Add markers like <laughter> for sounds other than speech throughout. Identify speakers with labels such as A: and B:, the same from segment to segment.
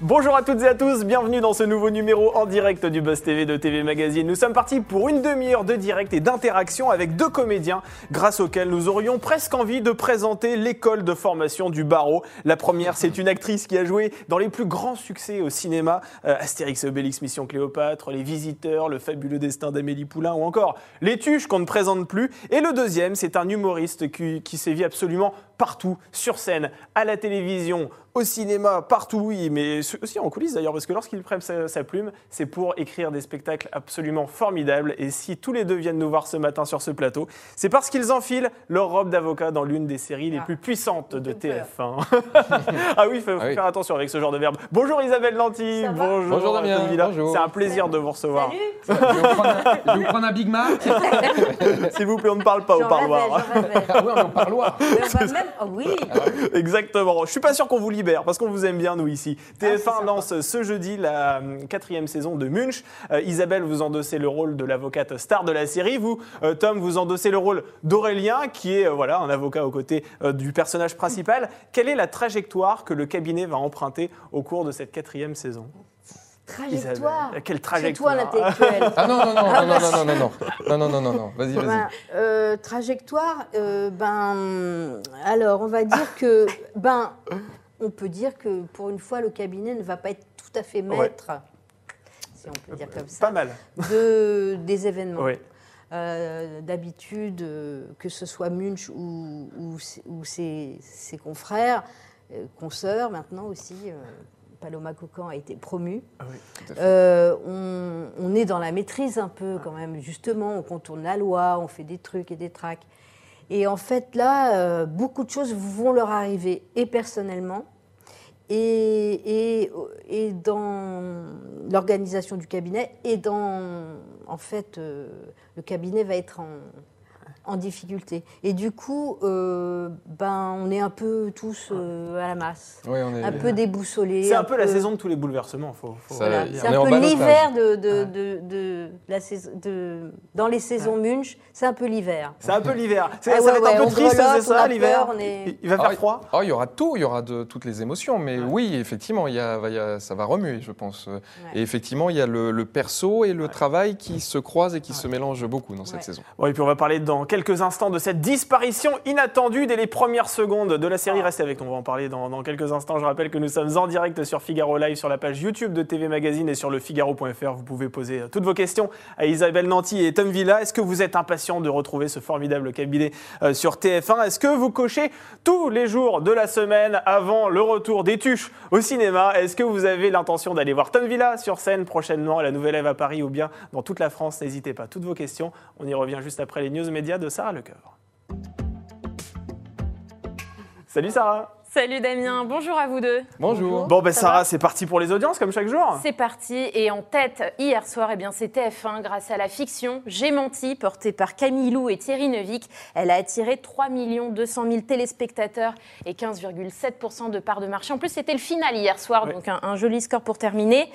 A: Bonjour à toutes et à tous, bienvenue dans ce nouveau numéro en direct du Buzz TV de TV Magazine. Nous sommes partis pour une demi-heure de direct et d'interaction avec deux comédiens grâce auxquels nous aurions presque envie de présenter l'école de formation du barreau. La première, c'est une actrice qui a joué dans les plus grands succès au cinéma, euh, Astérix et Obélix Mission Cléopâtre, Les Visiteurs, Le fabuleux destin d'Amélie Poulain ou encore Les Tuches qu'on ne présente plus. Et le deuxième, c'est un humoriste qui, qui sévit absolument partout, sur scène, à la télévision, au cinéma, partout, oui, mais aussi en coulisses d'ailleurs, parce que lorsqu'il prend sa, sa plume, c'est pour écrire des spectacles absolument formidables. Et si tous les deux viennent nous voir ce matin sur ce plateau, c'est parce qu'ils enfilent leur robe d'avocat dans l'une des séries les
B: Ah.
A: plus puissantes de
B: Ils ont
A: TF1. <laughs> ah oui, il faut faut
C: Ah oui.
A: faire attention avec ce genre de verbe. Bonjour Isabelle Lanty,
B: Ça va
A: bonjour,
C: Bonjour Damien,
A: Antoine Villa.
C: bonjour.
A: C'est un plaisir de vous recevoir.
B: Salut
D: Je vais vous prendre un, je vais vous prendre un Big Mac.
A: S'il vous plaît, on ne parle pas <laughs> au
B: <laughs> J'en rêvais,
A: parloir.
B: j'en
A: <laughs>
B: rêvais.
D: Ah oui, on est en parloir.
B: Mais on va même- oh oui,
A: Exactement. Je suis pas sûr qu'on vous libère parce qu'on vous aime bien nous ici.
B: c'est
A: TF1
B: sympa.
A: lance ce jeudi la hum, quatrième saison de Munch. Euh, Isabelle, vous endossez le rôle de l'avocate star de la série. Vous, euh, Tom, vous endossez le rôle d'Aurélien, qui est euh, voilà un avocat aux côtés euh, du personnage principal. Quelle est la trajectoire que le cabinet va emprunter au cours de cette quatrième saison
B: trajectoire.
A: Isabelle, Euh, quelle
B: C'est toi
A: trajectoire <laughs>
B: l'intellectuel.
C: Ah non, non, non, non, non, non, non, non, non, non, non, non, non, vas-y, vas-y.
E: Ben, euh, trajectoire, euh, ben, alors on va dire que, ben, on peut dire que pour une fois le cabinet ne va pas être tout à fait maître, si on peut dire comme
A: Pas
E: ça,
A: mal.
E: de, des événements.
A: Oui.
E: Euh, D'habitude, euh, que ce soit Munch ou, ou ses- ou ses, ses confrères, euh, consoeurs maintenant aussi, euh, Paloma Cocan a été promue. Euh, on, on est dans la maîtrise un peu quand même, justement, on contourne la loi, on fait des trucs et des tracts. Et en fait, là, euh, beaucoup de choses vont leur arriver, et personnellement, et, et, et dans l'organisation du cabinet, et dans, en fait, euh, le cabinet va être en, en difficulté. Et du coup, euh, ben, on est un peu tous euh, à la masse,
C: Oui, on est.
E: un peu déboussolés.
A: C'est un peu la saison de tous les bouleversements. Faut, faut
C: Ça,
E: Voilà,
C: il y a-
E: c'est
C: on est
E: un
C: en
E: peu
C: balotage.
E: l'hiver de, de, de, de la saison, de, dans les saisons Munch, c'est un peu l'hiver.
A: C'est un peu l'hiver. C'est-
E: Ah
A: ça
E: ouais,
A: va être
E: ouais,
A: un
E: on
A: peu triste,
E: grelotte,
A: c'est
E: on
A: ça,
E: a
A: l'hiver.
E: peur, on est-
A: Il- Il va
C: Ah,
A: faire
C: il-
A: froid.
C: Ah, il y aura tout, il y aura de toutes les émotions, mais oui, effectivement, il y a, il y a- ça va remuer, je pense. Et effectivement, il y a le, le perso et le travail qui se croisent et qui se mélangent beaucoup dans cette
E: Ouais.
C: saison.
A: Bon, et puis on va parler dans quelques instants de cette disparition inattendue dès les premières secondes de la série. Restez avec nous, on va en parler dans, dans quelques instants. Je rappelle que nous sommes en direct sur Figaro Live, sur la page YouTube de TV Magazine et sur le Figaro.fr. Vous pouvez poser euh, toutes vos questions à Isabelle Nanty et Tom Villa. Est-ce que vous êtes impatient de retrouver ce formidable cabinet euh, sur TF1 Est-ce que vous cochez tous les jours de la semaine avant le retour des tuches au cinéma Est-ce que vous avez l'intention d'aller voir Tom Villa sur scène prochainement à la Nouvelle Ève à Paris ou bien dans toute la France N'hésitez pas, toutes vos questions. On y revient juste après les news médias de Sarah Lecoeur. Salut Sarah
F: Salut Damien, bonjour à vous deux.
C: Bonjour.
A: Bon ben
F: Ça
A: Sarah, c'est parti pour les audiences comme chaque jour
F: C'est parti et en tête hier soir, eh bien c'est TF1 grâce à la fiction J'ai menti portée par Camille Lou et Thierry Neuvik. Elle a attiré 3 200 000 téléspectateurs et 15,7 de part de marché. En plus, c'était le final hier soir,
A: Ouais.
F: donc un, un joli score pour terminer.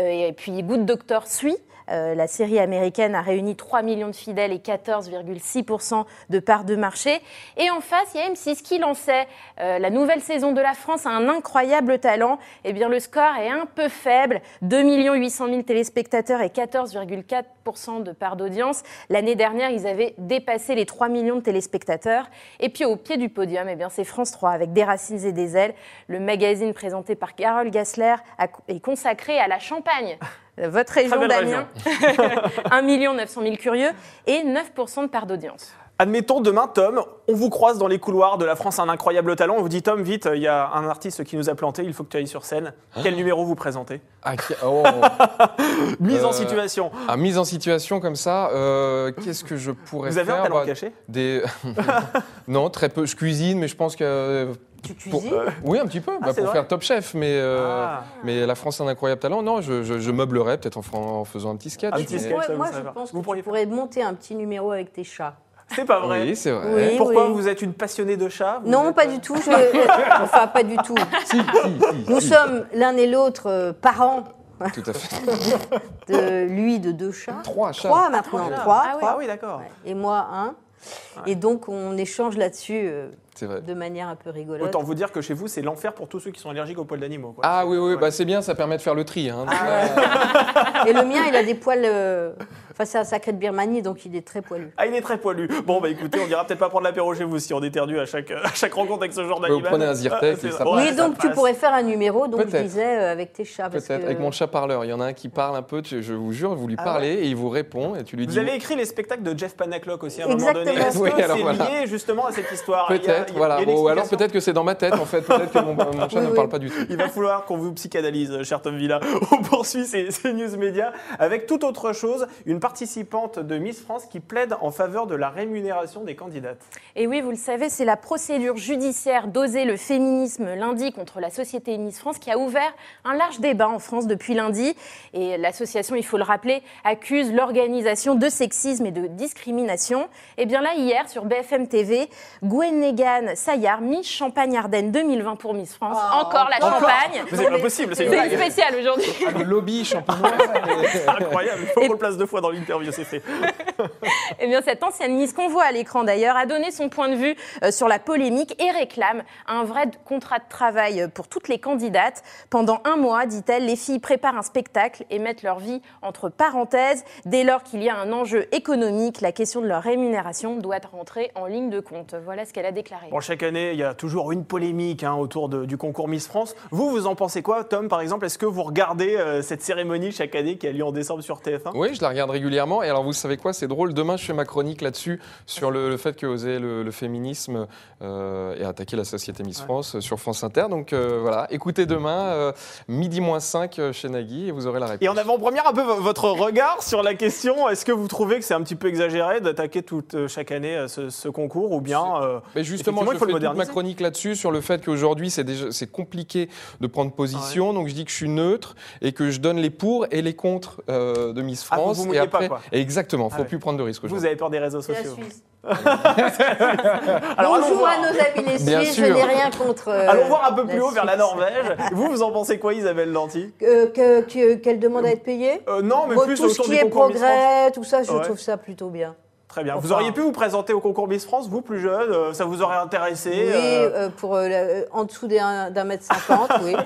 F: Euh, et puis Good Doctor suit. Euh, la série américaine a réuni 3 millions de fidèles et 14,6% de part de marché. Et en face, il y a M6 qui lançait euh, la nouvelle saison de la France a un incroyable talent. Eh bien, le score est un peu faible. 2 800 000 téléspectateurs et 14,4% de part d'audience. L'année dernière, ils avaient dépassé les 3 millions de téléspectateurs. Et puis, au pied du podium, eh bien, c'est France 3 avec Des racines et des ailes. Le magazine présenté par Carole Gassler a- est consacré à la Champagne. <laughs> Votre région,
A: belle
F: Damien. 1 900 000 curieux et 9% de part d'audience.
A: Admettons, demain, Tom, on vous croise dans les couloirs de la France un incroyable talent. On vous dit, Tom, vite, euh, il y a un artiste qui nous a planté, il faut que tu ailles sur scène. Quel numéro vous présentez
C: Ah, qui-
E: <laughs>
C: oh.
A: Mise en
C: Ah. Euh,
A: situation.
C: Ah, mise en situation comme ça, euh, qu'est-ce que je pourrais
A: Vous avez
C: faire
A: un talent
C: Bah,
A: caché
C: Des... <laughs> non, très peu. Je cuisine, mais je pense que. euh,
E: Tu
C: pour-
E: cuisines
C: <laughs> Oui, un petit peu,
A: Ah,
C: bah,
A: c'est
C: pour
A: vrai.
C: faire Top Chef, mais. euh,
A: Ah.
C: Mais la France a un incroyable talent. Non, je, je, je meublerais peut-être en, fran- en faisant un petit sketch.
A: Un petit
C: mais-
A: sketch.
E: Moi,
A: ça,
E: moi,
A: ça
E: je
A: va.
E: pense que
A: Vous pourriez
E: tu pourrais monter un petit numéro avec tes chats.
A: C'est pas vrai.
C: Oui, c'est vrai.
E: Oui.
A: Pourquoi vous êtes une passionnée de chats Vous
E: Non,
A: êtes,
E: pas
A: euh,
E: du tout. je- enfin, pas du
A: <laughs>
E: tout.
C: <laughs> Si, si, si,
E: Nous
C: si.
E: sommes l'un et l'autre euh, parents
C: Tout à fait. <laughs>
E: de lui de deux chats.
C: Trois chats.
E: Trois maintenant.
A: chats.
E: Trois.
F: Ah oui.
E: trois.
A: Ah oui, d'accord.
E: Ouais. Et moi, un. Et donc, on échange là-dessus euh,
C: C'est vrai.
E: de manière un peu rigolote.
A: Autant vous dire que chez vous, c'est l'enfer pour tous ceux qui sont allergiques aux poils d'animaux. quoi.
C: Ah oui, oui,
A: Ouais.
C: bah, c'est bien, ça permet de faire le tri. hein.
A: Ah
E: Et le mien, il a des poils. euh, Enfin, c'est un sacré de Birmanie, donc il est très poilu.
A: Ah, il est très poilu. Bon, bah écoutez, on ira peut-être pas prendre l'apéro chez vous si on éternue à chaque, <laughs> à chaque rencontre avec ce genre
C: Bah, Vous
A: d'animal.
C: prenez un Zyrtec
A: Ah, c'est-
C: et ça
A: ouais,
E: oui,
A: ça
E: donc tu
A: passe.
E: pourrais faire un numéro, donc je
C: Peut-être.
E: disais, euh, avec tes chats. parce
C: Peut-être,
E: que-
C: avec mon chat parleur. Il y en a un qui parle un peu, tu- je vous jure, vous lui
A: Ah
C: parlez et il vous répond et tu lui
A: Vous
C: dis.
A: avez écrit les spectacles de Jeff Panaclock aussi à un moment
E: Exactement.
A: donné. Est-ce que
C: Oui, alors
A: c'est
C: voilà.
A: lié justement à cette histoire Il y a- il y
C: Peut-être,
A: a-
C: voilà.
A: il y a une
C: Ou alors
A: explication
C: peut-être que c'est dans ma tête en fait. Peut-être que mon, mon
E: Oui,
C: chat ne
E: oui.
C: parle pas du tout.
A: Il va falloir qu'on vous psychanalyse, cher Tom Villa. <laughs> On poursuit ces, ces news médias avec toute autre chose. Une participante de Miss France qui plaide en faveur de la rémunération des candidates.
F: Et oui, vous le savez, c'est la procédure judiciaire d'oser le féminisme lundi contre la société Miss France qui a ouvert un large débat en France depuis lundi. Et l'association, il faut le rappeler, accuse l'organisation de sexisme et de discrimination. Et bien là, hier, sur BFM TV, Gwen Negan Sayar, Miss Champagne-Ardenne 2020 pour Miss France.
E: Oh,
F: encore la
A: encore
F: champagne.
A: Mais c'est pas possible, c'est une
F: C'est
A: blague.
F: spécial aujourd'hui.
C: Ah, le lobby champignon.
A: <laughs> Incroyable, il faut qu'on le place deux fois dans l'interview, c'est fait.
F: Eh bien, cette ancienne Miss qu'on voit à l'écran d'ailleurs a donné son point de vue euh, sur la polémique et réclame un vrai d- contrat de travail euh, pour toutes les candidates. Pendant un mois, dit-elle, les filles préparent un spectacle et mettent leur vie entre parenthèses. Dès lors qu'il y a un enjeu économique, la question de leur rémunération doit rentrer en ligne de compte. Voilà ce qu'elle a déclaré.
A: Bon, chaque année, il y a toujours une polémique hein, autour de- du concours Miss France. Vous, vous en pensez quoi, Tom, par exemple Est-ce que vous regardez euh, cette cérémonie chaque année qui a lieu en décembre sur TF1
C: Oui, je la regarde régulièrement. Et alors, vous savez quoi, c'est drôle. Demain, je fais ma chronique là-dessus, sur le, le fait que oser le, le féminisme euh, et attaquer la société Miss
A: Ouais.
C: France euh, sur France Inter. Donc euh, voilà, écoutez demain, euh, midi moins 5 euh, chez Nagui, et vous aurez la réponse.
A: Et en avant-première, un peu vo- votre regard sur la question. Est-ce que vous trouvez que c'est un petit peu exagéré d'attaquer toute euh, chaque année euh, ce, ce concours ou bien euh,
C: Mais
A: Effectivement,
C: justement, je
A: il faut le
C: fais toute ma
A: moderniser.
C: chronique là-dessus sur le fait qu'aujourd'hui, c'est déjà c'est compliqué de prendre position. Donc, je dis que je suis neutre et que je donne les pour et les contre euh, de Miss
A: Ah, vous
C: France.
A: vous
C: et
A: mouillez pas,
C: après,
A: quoi.
C: exactement, faut
A: Ah ouais.
C: plus prendre de risques.
A: vous
C: aujourd'hui.
A: avez peur des réseaux
E: C'est la
A: sociaux
E: Suisse.
A: Alors, allons
E: Bonjour
A: voir.
E: à nos amis les
C: Bien
E: Suisses, je
C: sûr.
E: n'ai rien contre. euh,
A: Allons voir un peu
E: la
A: plus haut vers la
E: Suisse.
A: Norvège. Vous, vous en pensez quoi, Isabelle Lanty
E: Euh, que- que- Qu'elle demande à être payée
A: Euh, Non, mais
E: Bon,
A: plus
E: tout ce
A: autour
E: qui
A: du
E: est
A: concours Miss France.
E: progrès, tout ça, je
A: Ouais.
E: trouve ça plutôt bien.
A: Très bien. Vous
E: Enfin.
A: auriez pu vous présenter au concours Miss France, vous plus jeune, euh, ça vous aurait intéressé.
E: oui,
A: euh, <laughs>
E: euh, pour euh, la- euh, en dessous d'un d'un mètre cinquante, oui.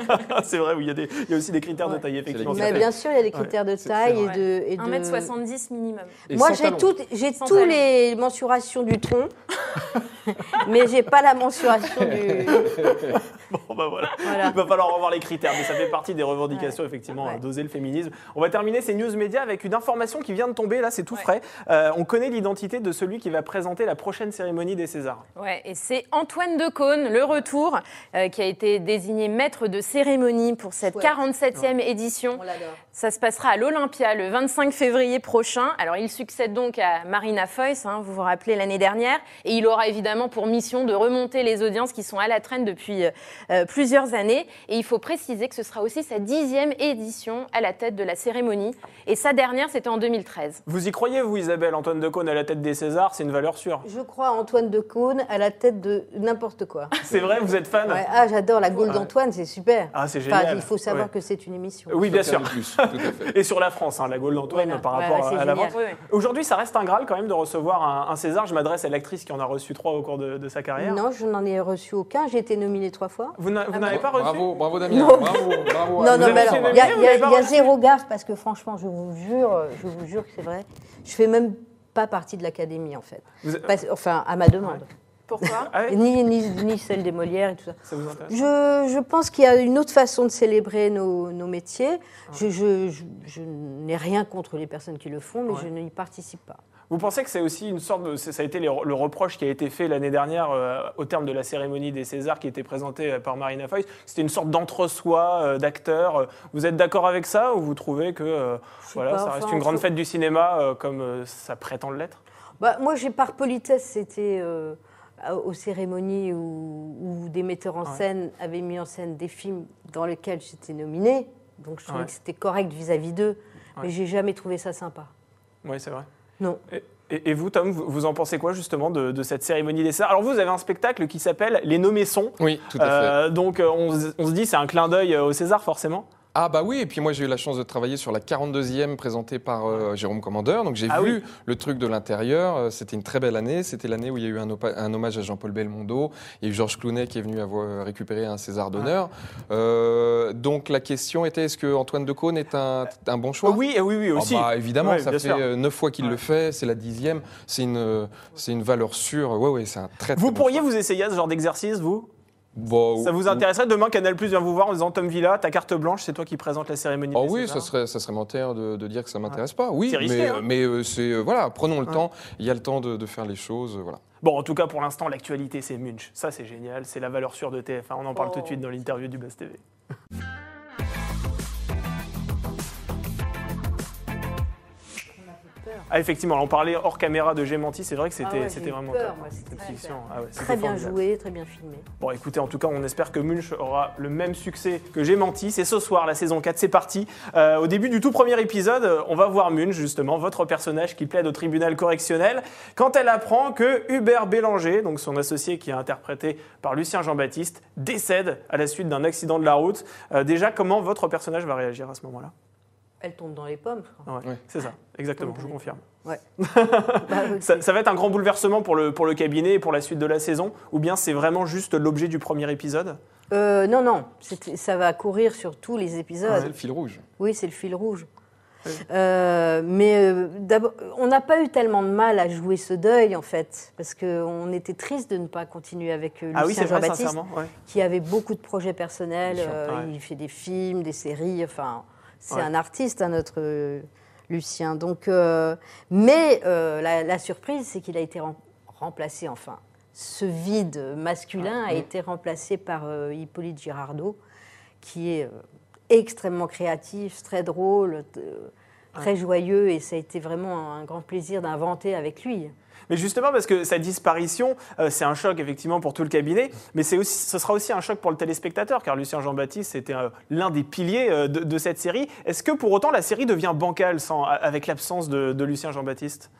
A: c'est vrai, oui, il y, a des- il y a aussi des critères de
E: Ouais.
A: taille, effectivement.
C: les
E: Mais
C: fait.
E: bien sûr, il y a des critères de taille et
F: vrai.
E: de, et de.
F: 1m70 minimum.
C: Et
E: Moi,
C: sans
E: j'ai
C: talons.
E: toutes, j'ai
F: Sans
E: tous
F: talons.
E: les mensurations du <laughs> tronc, mais j'ai pas la mensuration du.
A: <laughs> Bon, bah voilà.
E: Voilà.
A: Il va falloir revoir les critères, mais ça fait partie des revendications, effectivement, hein,
E: Ouais.
A: d'oser le féminisme. On va terminer ces news médias avec une information qui vient de tomber, là, c'est tout frais. Euh, on connaît l'identité de celui qui va présenter la prochaine cérémonie des Césars.
F: Ouais, et c'est Antoine Decaune, le retour, euh, qui a été désigné maître de cérémonie pour cette
E: Chouette.
F: 47e édition.
E: <laughs> On l'adore.
F: Ça se passera à l'Olympia le 25 février prochain. Alors il succède donc à Marina Foïs, hein, vous vous rappelez l'année dernière, et il aura évidemment pour mission de remonter les audiences qui sont à la traîne depuis euh, euh, plusieurs années. Et il faut préciser que ce sera aussi sa dixième édition à la tête de la cérémonie, et sa dernière c'était en 2013.
A: Vous y croyez, vous, Isabelle Antoine Decaune à la tête des Césars, c'est une valeur sûre.
E: Je crois à Antoine de Caunes à la tête de n'importe quoi.
A: C'est vrai, vous êtes fan
E: Ouais, ah, j'adore la Gaule d'Antoine, c'est super.
A: Ah, c'est
E: Enfin,
A: génial.
E: il faut savoir
A: Ouais.
E: que c'est une émission.
A: Oui, bien sûr.
C: Tout
A: <laughs>
C: à fait.
A: Et sur la France, hein, la Gaule d'Antoine
E: Voilà.
A: par
E: Ouais,
A: rapport
E: ouais, c'est
A: à la
E: génial.
A: vente. Aujourd'hui, ça reste un Graal quand même de recevoir un, un César. Je m'adresse à l'actrice qui en a reçu trois au cours de, de sa carrière.
E: Non, Ah, je n'en ai reçu aucun. J'ai été nominée trois fois.
A: Vous n'a- vous n'avez pas reçu
C: Bravo, bravo Damien. Bravo, bravo.
E: non,
A: vous
E: non,
A: avez
E: mais
A: été
E: alors, il
A: nominée,
E: y a,
A: vous
E: il y a-
A: n'avez pas
E: il y a
A: reçu
E: zéro gaffe parce que franchement, je vous jure, je vous jure que c'est vrai. Je fais même pas partie de l'académie en fait.
A: Vous-
E: Parce- enfin, à ma demande.
F: Pourquoi <laughs>
A: Ah oui,
E: Ni, ni, ni celle des Molières et tout ça.
A: ça vous intéresse
E: Je, je pense qu'il y a une autre façon de célébrer nos, nos métiers. Je, je- je- je n'ai rien contre les personnes qui le font, mais
A: Ouais.
E: je n'y participe pas.
A: Vous pensez que c'est aussi une sorte de. c'est- Ça a été les- le reproche qui a été fait l'année dernière euh, au terme de la cérémonie des Césars qui était présentée euh, par Marina Foïs. C'était une sorte d'entre-soi euh, d'acteurs. Vous êtes d'accord avec ça ou vous trouvez que euh,
E: sais
A: voilà,
E: pas,
A: ça reste
E: enfin,
A: une grande
E: faut-
A: fête du cinéma euh, comme euh, ça prétend l'être
E: Bah, moi, j'ai par politesse, c'était euh, à- aux cérémonies où, où des metteurs en
A: Ouais.
E: scène avaient mis en scène des films dans lesquels j'étais nominée. Donc, je trouvais
A: Ouais.
E: que c'était correct vis-à-vis d'eux,
A: Ouais.
E: mais j'ai jamais trouvé ça sympa.
A: Oui, c'est vrai.
E: Non.
A: Et, et- et vous, Tom, vous, vous en pensez quoi justement de, de cette cérémonie des Césars Alors vous avez un spectacle qui s'appelle Les Nommés sont.
C: Oui, tout à fait.
A: Euh, donc euh, on, se- on se dit c'est un clin d'œil euh, au César forcément.
C: Ah bah oui, et puis moi j'ai eu la chance de travailler sur la 42e présentée par euh, Jérôme Commandeur, donc j'ai
A: Ah
C: vu
A: oui.
C: le truc de l'intérieur, euh, c'était une très belle année, c'était l'année où il y a eu un, opa- un hommage à Jean-Paul Belmondo, il y a eu Georges Clounet qui est venu avoir euh, récupérer un César d'honneur.
A: Ah.
C: Euh, donc la question était, est-ce que Antoine Decaune est un, un bon choix
A: Oui, oui, oui,
C: Ah
A: aussi.
C: bah, évidemment,
A: Ouais,
C: ça
A: bien sûr.
C: fait euh, neuf fois qu'il
A: Ouais.
C: le fait, c'est la dixième, c'est une, euh, c'est une valeur sûre, ouais ouais, c'est un très, très
A: Vous
C: bon
A: pourriez vous essayer à ce genre d'exercice, vous
C: choix. Bah,
A: Ça vous
C: ou-
A: intéresserait Demain, Canal Plus vient vous voir en disant Tom Villa, ta carte blanche, c'est toi qui présente la cérémonie.
C: Oh
A: des
C: oui, ça
A: Césars.
C: serait, ça serait mentir de, de dire que ça m'intéresse pas. Oui,
A: C'est
C: mais,
A: risqué, hein.
C: mais euh, c'est euh, voilà, prenons le
A: Ouais.
C: temps. Il y a le temps de, de faire les choses, euh, voilà.
A: Bon, en tout cas, pour l'instant, l'actualité, c'est Munch. Ça, c'est génial. C'est la valeur sûre de TF1. On en parle tout de suite dans l'interview du Buzz TV. Ah, effectivement, on parlait hors caméra de Gémanti, c'est vrai que c'était
E: Ah ouais,
A: c'était
E: j'ai eu
A: vraiment
E: peur,
A: top.
E: moi, c'était
A: Cette
E: très
A: fiction.
E: clair.
A: Ah ouais, c'était
E: Très bien
A: formidable.
E: joué, très bien filmé.
A: Bon, écoutez, en tout cas, on espère que Munch aura le même succès que J'ai menti. C'est ce soir, la saison 4, c'est parti. Euh, au début du tout premier épisode, euh, on va voir Munch, justement, votre personnage qui plaide au tribunal correctionnel, quand elle apprend que Hubert Bélanger, donc son associé qui est interprété par Lucien Jean-Baptiste, décède à la suite d'un accident de la route. Euh, déjà, comment votre personnage va réagir à ce moment-là
E: Elle tombe dans les pommes, je crois.
A: Ouais,
C: Ouais.
A: C'est ça, exactement, je vous confirme.
E: <laughs> Bah,
A: <laughs>
E: oui,
A: Ça, ça va être un grand bouleversement pour le, pour le cabinet et pour la suite de la saison, ou bien c'est vraiment juste l'objet du premier épisode
E: Euh, non, non, c'est- ça va courir sur tous les épisodes.
A: Ah
C: C'est le fil rouge.
E: Oui, c'est le fil rouge. Euh, mais euh, d'abord, on n'a pas eu tellement de mal à jouer ce deuil, en fait, parce qu'on était triste de ne pas continuer avec euh,
A: Ah oui,
E: Lucien
A: c'est vrai,
E: Jean-Baptiste,
A: sincèrement. ouais.
E: qui avait beaucoup de projets personnels.
C: Bien sûr,
E: euh,
A: ouais.
E: Il fait des films, des séries, enfin, c'est
A: Ouais.
E: un artiste, hein, notre euh, Lucien. Donc, euh, mais euh, la, la surprise, c'est qu'il a été rem- remplacé, enfin. Ce vide masculin
A: Mm.
E: a été remplacé par euh, Hippolyte Girardot, qui est euh, extrêmement créatif, très drôle, t- euh, très joyeux, et ça a été vraiment un grand plaisir d'inventer avec lui.
A: Mais justement, parce que sa disparition, euh, c'est un choc effectivement pour tout le cabinet, mais c'est aussi, ce sera aussi un choc pour le téléspectateur, car Lucien Jean-Baptiste était euh, l'un des piliers euh, de, de cette série. Est-ce que pour autant la série devient bancale sans, a- avec l'absence de, de Lucien Jean-Baptiste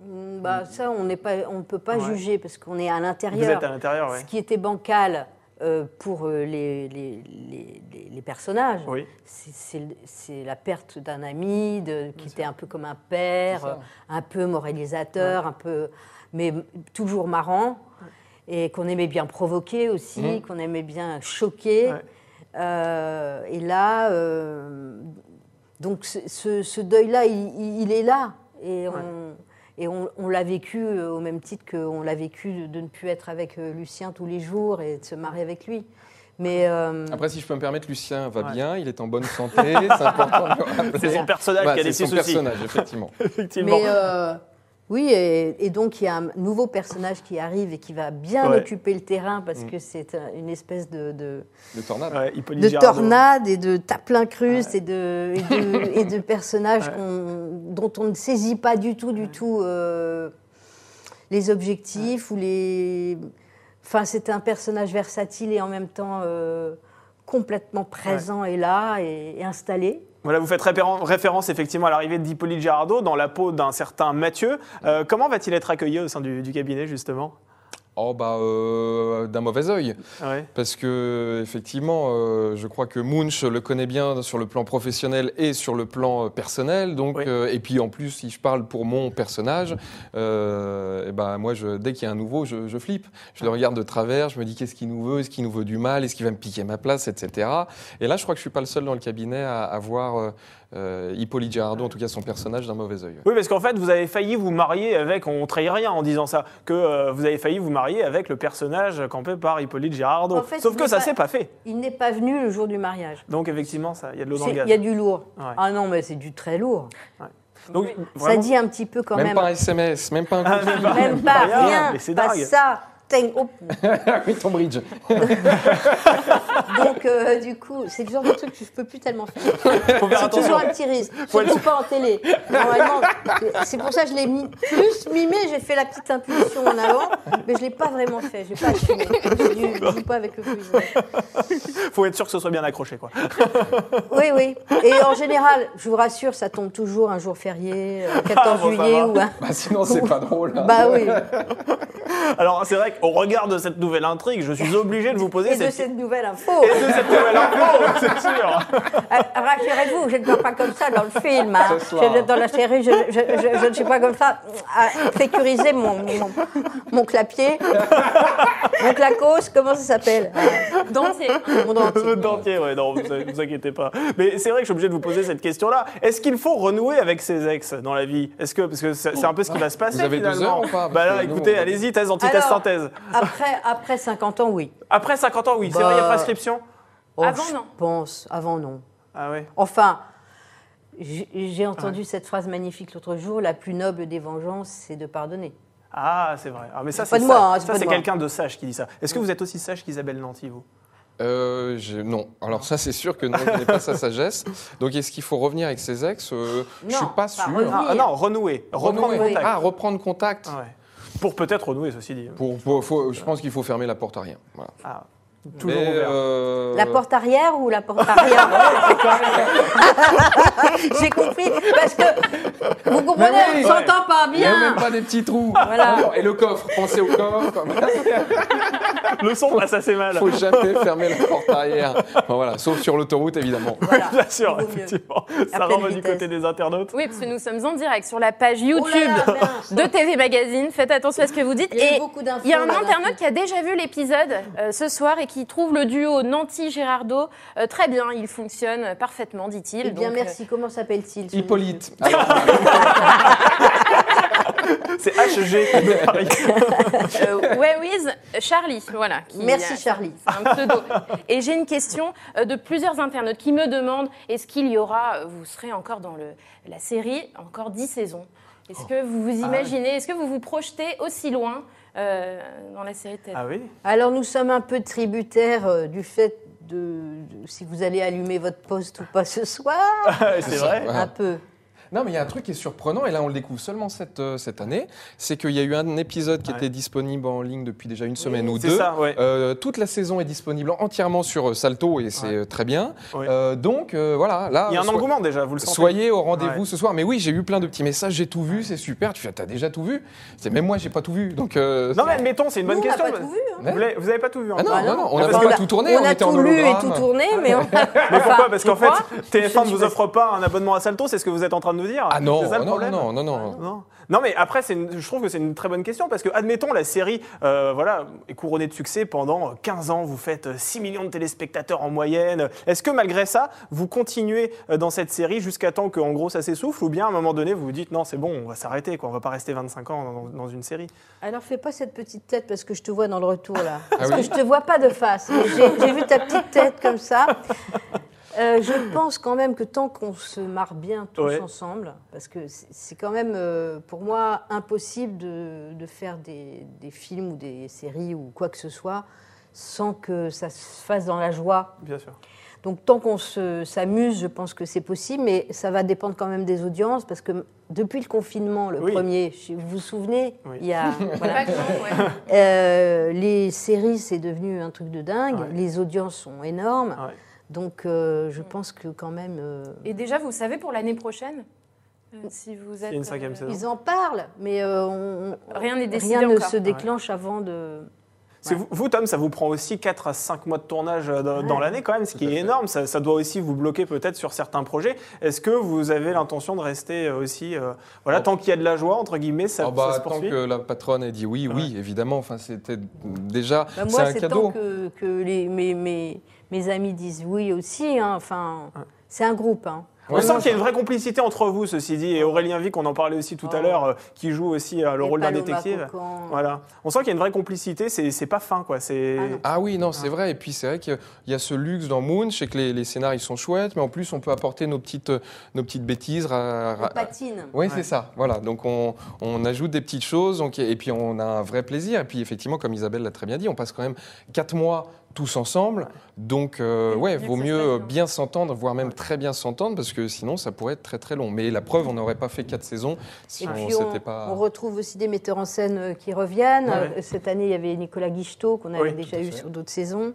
E: Mm, Bah, ça, on n'est pas- on ne peut pas
A: Ouais.
E: juger parce qu'on est à
A: Vous
E: l'intérieur.
A: êtes à l'intérieur, oui.
E: Ce qui était bancal euh, pour euh, les, les- les- les- les personnages,
A: Oui,
E: c'est- c'est le- c'est la perte d'un ami de- qui était un peu comme un père,
C: C'est ça.
E: euh, un peu moralisateur, un peu, mais m- toujours marrant, et qu'on aimait bien provoquer aussi,
C: Mhm.
E: qu'on aimait bien choquer.
A: Ouais.
E: Euh, et là, euh, donc ce, ce- ce deuil-là, il, il- il est là. Et on, et on, on l'a vécu euh, au même titre qu'on l'a vécu de, de ne plus être avec euh, Lucien tous les jours et de se marier avec lui. Mais euh,
C: Après, si je peux me permettre, Lucien va
A: Ouais.
C: bien, il est en bonne santé. c'est important de le rappeler.
A: c'est son personnage
C: Bah,
A: qui a
C: c'est
A: des petits
C: son
A: soucis.
C: personnage, effectivement.
A: Effectivement.
E: Mais euh, oui, et, et donc il y a un nouveau personnage qui arrive et qui va bien
A: Ouais.
E: occuper le terrain parce
C: Mm.
E: que c'est un- une espèce de, de,
C: Le tornade.
A: Ouais, Hippolyte
E: de
A: Girardot.
E: tornade et de tape cruste et, de, et, de,
A: <laughs>
E: et de personnages
A: Ouais.
E: qu'on- dont on ne saisit pas du tout, du tout euh, les objectifs ou les. Enfin, c'est un personnage versatile et en même temps euh, complètement présent et là et, et installé.
A: Voilà, vous faites référen- référence effectivement à l'arrivée d'Hippolyte Girardot dans la peau d'un certain Mathieu. Euh, comment va-t-il être accueilli au sein du, du cabinet, justement
C: Oh bah euh, d'un mauvais œil.
A: Ouais.
C: Parce que, effectivement, euh, je crois que Munch le connaît bien sur le plan professionnel et sur le plan euh, personnel. Donc,
A: Oui.
C: euh, et puis, en plus, si je parle pour mon personnage, euh, eh ben, moi, je, dès qu'il y a un nouveau, je, je flippe. Je le regarde de travers, je me dis qu'est-ce qu'il nous veut, est-ce qu'il nous veut du mal, est-ce qu'il va me piquer ma place, etc. Et là, je crois que je suis pas le seul dans le cabinet à, à voir euh, euh, Hippolyte Girardot, en tout cas son personnage, d'un mauvais œil.
A: Oui, parce qu'en fait, vous avez failli vous marier avec, on trahit rien en disant ça, que euh, vous avez failli vous marier avec le personnage campé par Hippolyte Girardot.
E: En fait,
A: Sauf
E: vous
A: que ça
E: n'avez
A: s'est pas fait.
E: Il n'est pas venu le jour du mariage.
A: Donc effectivement, ça, il y a de l'eau dans
E: C'est-
A: le gaz.
E: Il y a du lourd.
A: Ouais.
E: Ah non, mais c'est du très lourd.
A: Donc vraiment,
E: Ça dit un petit peu quand
C: même,
E: même.
C: pas un SMS, même pas un coup de fil.
E: Même pas,
A: Rien,
E: rien.
A: mais c'est
E: pas
A: dingue.
E: ça. Oh. Ting, hop.
C: Oui, ton bridge.
E: Donc, euh, du coup, c'est le genre de truc que je peux plus tellement faire.
A: faut faire
E: C'est
A: attention.
E: toujours un petit risque. Surtout pas en télé. Normalement, c'est pour ça que je l'ai mis plus mimé. J'ai fait la petite impulsion en avant, mais je l'ai pas vraiment fait. J'ai pas assumé. J'ai dû- Je joue pas avec le quiz.
A: Faut être sûr que ce soit bien accroché, quoi.
E: Oui, oui. Et en général, je vous rassure, ça tombe toujours un jour férié, euh,
A: Ah,
E: 14
A: bon, ça
E: juillet
A: va.
E: ou un.
C: Bah, sinon, c'est pas drôle. hein.
E: Bah oui.
A: Alors c'est vrai direct, au regard de cette nouvelle intrigue, je suis obligé de vous poser
E: Et de
A: cette...
E: cette nouvelle info.
A: et de cette nouvelle info, c'est sûr.
E: Euh, Rassurez-vous, je ne parle pas comme ça dans le film. hein.
C: C'est cela.
E: Je- dans la série, je, je- je- je ne suis pas comme ça. Ah, sécuriser mon, mon, mon clapier, mon clacos, comment ça s'appelle Ah,
F: Danser.
E: Mon dentier.
A: Le dentier, ouais, non, vous, vous inquiétez pas. Mais c'est vrai que je suis obligé de vous poser cette question-là. Est-ce qu'il faut renouer avec ses ex dans la vie Est-ce que parce que c'est c'est un peu ce qui va se passer
C: Vous avez deux
A: finalement.
C: heures ou pas Parce
A: Bah là,
C: que nous,
A: écoutez,
C: on-
A: allez-y, thèse, antithèse,
E: Alors-
A: synthèse.
E: Après, après 50 ans, oui.
A: Après 50 ans, oui, c'est
E: Bah-
A: vrai, il y a prescription.
E: Oh,
F: Avant,
E: je
F: non.
E: pense, avant non.
A: Ah ouais.
E: Enfin, j'ai j'ai entendu cette phrase magnifique l'autre jour, la plus noble des vengeances, c'est de pardonner.
A: Ah, c'est vrai. Ah, mais ça,
E: C'est pas
A: c'est
E: de moi,
A: sage.
E: hein, c'est
A: ça,
E: pas de
A: c'est
E: moi.
A: quelqu'un de sage qui dit ça. Est-ce que vous êtes aussi sage qu'Isabelle Nanty, vous
C: Euh, j'ai- non. Alors ça, c'est sûr que non, je n'ai pas sa sagesse. Donc est-ce qu'il faut revenir avec ses ex Euh, Je
E: Non,
C: suis
E: pas
C: pas sûr.
E: revenir.
A: ah, ah non, renouer, reprendre
C: Renouer.
A: contact.
C: Ah, reprendre contact.
A: Ah ouais. Pour peut-être renouer, ceci dit.
C: Pour, pour- faut- je pense qu'il faut fermer la porte à rien. Voilà.
A: Ah, toujours
C: Mais,
A: ouvert.
C: euh,
E: La porte arrière ou la porte
A: <laughs>
E: arrière J'ai compris, parce que vous comprenez,
C: Mais oui.
E: on s'entend pas
C: Il n'y a même
E: bien.
C: pas des petits trous. Ah
E: Voilà.
C: Et le coffre, pensez
A: <laughs>
C: au coffre.
A: Le son passe assez mal.
C: Il faut jamais fermer la porte arrière. Enfin, voilà, sauf sur l'autoroute, évidemment.
E: Voilà.
A: <laughs> Bien sûr,
E: Vaut mieux.
A: effectivement. Ça
E: À pleine
A: rentre du côté
E: vitesse.
A: des internautes.
F: Oui, parce que nous sommes en direct sur la page
E: Oh là
F: YouTube
E: là, mince.
F: de TV Magazine. Faites attention à ce que vous dites.
E: Il y a eu
F: Et
E: beaucoup d'infos,
F: il y a un
E: là, d'un
F: internaute
E: coup.
F: qui a déjà vu l'épisode euh, ce soir et qui trouve le duo Nanti-Gérardo euh, très bien. Il fonctionne parfaitement, dit-il.
E: Eh bien,
F: Donc, euh,
E: merci. Comment s'appelle-t-il ce
C: Hippolyte. Alors,
A: C'est <laughs> HG qui est pareil.
F: euh, <laughs> Where is Charlie Voilà. qui-
E: monsieur Merci, Charlie.
F: C'est un pseudo. Et j'ai une question euh, de plusieurs internautes qui me demandent est-ce qu'il y aura, euh, vous serez encore dans le, la série, encore 10 saisons Est-ce que vous
A: Ah,
F: vous imaginez, est-ce que vous vous projetez aussi loin euh, dans la série télé
A: Ah oui
E: Alors, nous sommes un peu tributaires euh, du fait de, de- si vous allez allumer votre poste ou pas ce soir.
A: Ah, C'est vrai
C: Ouais.
E: Un peu.
C: Non, mais il y a un truc qui est surprenant, et là on le découvre seulement cette, euh, cette année, c'est qu'il y a eu un épisode qui
A: Ouais.
C: était disponible en ligne depuis déjà une semaine ou
A: C'est
C: deux.
A: ça, ouais.
C: Euh, toute la saison est disponible entièrement sur euh, Salto, et c'est
A: Ouais.
C: euh, très bien.
A: Ouais.
C: Euh, donc euh, voilà, là...
A: Il y a un
C: so-
A: engouement déjà, vous le sentez
C: Soyez au rendez-vous
A: Ouais.
C: ce soir. Mais oui, j'ai eu plein de petits messages, j'ai tout vu, c'est super. Tu fais, t'as déjà tout vu C'est même moi, j'ai pas tout vu. Donc euh,
A: Non,
C: c'est-
A: mais admettons, c'est une bonne
E: Nous, on n'a
A: question.
E: pas tout vu, hein.
A: Vous l'avez- vous avez pas tout vu
C: Ah non,
A: encore.
C: non, non, on n'a
A: Parce
C: pas
A: que-
C: tout tourné, on,
E: a
C: était
E: tout
C: en
E: lu et
C: hologramme.
E: tout tourné, mais on...
A: Mais pourquoi Parce
E: tu
A: qu'en fait,
E: crois
A: TF1 ne
E: Je
A: vous
E: sais
A: offre pas un abonnement à Salto, c'est ce que vous êtes en train de nous dire
C: Ah non,
A: C'est ça le
C: non,
A: problème Ah
C: non, non, non, non.
A: Non. Non, mais après, c'est une- je trouve que c'est une très bonne question parce que, admettons, la série euh, voilà, est couronnée de succès pendant 15 ans, vous faites euh, 6 millions de téléspectateurs en moyenne. Est-ce que malgré ça, vous continuez euh, dans cette série jusqu'à temps qu'en gros ça s'essouffle ou bien à un moment donné vous vous dites non, c'est bon, on va s'arrêter, quoi, on va pas rester 25 ans dans, dans une série
E: Alors fais pas cette petite tête parce que je te vois dans le retour là. Parce
C: oui
E: que je te vois pas de face. J'ai j'ai vu ta petite tête comme ça. Euh, je pense quand même que tant qu'on se marre bien tous
A: Ouais.
E: ensemble, parce que c'est c'est quand même euh, pour moi impossible de, de faire des, des films ou des séries ou quoi que ce soit sans que ça se fasse dans la joie.
A: Bien sûr.
E: Donc tant qu'on se- s'amuse, je pense que c'est possible, mais ça va dépendre quand même des audiences, parce que depuis le confinement, le
A: Oui.
E: premier, je- vous vous souvenez,
A: Oui.
E: il y
A: <laughs>
E: a... voilà.
F: Pas grand, ouais.
E: Euh, les séries, c'est devenu un truc de dingue.
A: Ouais.
E: Les audiences sont énormes.
A: Ouais.
E: Donc, euh, je pense que quand même. euh,
F: Et déjà, vous savez pour l'année prochaine euh, si vous êtes. euh,
A: une cinquième saison.
E: ils en parlent, mais euh, on- on-
F: Rien n'est décidé
E: rien ne
F: encore.
E: se déclenche avant de.
A: Parce que vous, vous, Tom, ça vous prend aussi 4 à 5 mois de tournage euh, dans, dans l'année quand même, ce qui
C: Tout à
A: est
C: fait.
A: énorme. Ça, ça doit aussi vous bloquer peut-être sur certains projets. Est-ce que vous avez l'intention de rester euh, aussi, euh, voilà,
C: Oh.
A: tant qu'il y a de la joie, entre guillemets, ça,
C: Ah bah,
A: ça se
C: tant
A: poursuit
C: que la patronne a dit oui, oui, évidemment. Enfin, c'était déjà
E: Bah,
C: c'est
E: moi,
C: un
E: c'est tant
C: cadeau.
E: que, que les, mes, mes, mes amis disent oui aussi. hein. Enfin, c'est un groupe. hein.
A: On
C: Ouais,
A: sent
C: non, Oh.
A: qu'il y a une vraie complicité entre vous, ceci dit, et Aurélien Vic, on en parlait aussi tout à
E: Oh.
A: l'heure, euh, qui joue aussi euh, le
E: Et
A: rôle d'un
E: Paloma
A: détective.
E: Cocan.
A: Voilà. On sent qu'il y a une vraie complicité, c'est c'est pas fin, quoi. C'est.
E: Ah non.
C: Ah oui, non, c'est vrai. Et puis c'est vrai qu'il y a ce luxe dans Moon, c'est que les, les scénarios sont chouettes, mais en plus on peut apporter nos petites, euh, nos petites bêtises. ra-
E: On
C: ra-
E: patine.
C: oui, c'est ça. Voilà. Donc on, on ajoute des petites choses, donc, et puis on a un vrai plaisir. Et puis effectivement, comme Isabelle l'a très bien dit, on passe quand même quatre mois tous ensemble. Donc euh, ouais,
F: Oui, mieux que
C: vaut
F: ça se
C: mieux
F: passe
C: euh,
F: bien.
C: bien s'entendre, voire même très bien s'entendre, parce que sinon ça pourrait être très très long. Mais la preuve, on n'aurait pas fait quatre saisons si
E: Et
C: on
E: puis, on,
C: s'était pas.
E: on retrouve aussi des metteurs en scène euh, qui reviennent.
A: Ouais.
E: Euh, Cette année, il y avait Nicolas Guichetot, qu'on avait
A: Oui,
E: déjà
C: tout à
E: eu
C: fait.
E: sur d'autres saisons.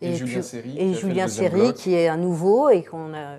C: Et Julien
E: puis-
C: Seri, qui a
E: Et
C: fait le
E: Julien
C: deuxième
E: Seri,
C: bloc.
E: qui est un nouveau et qu'on a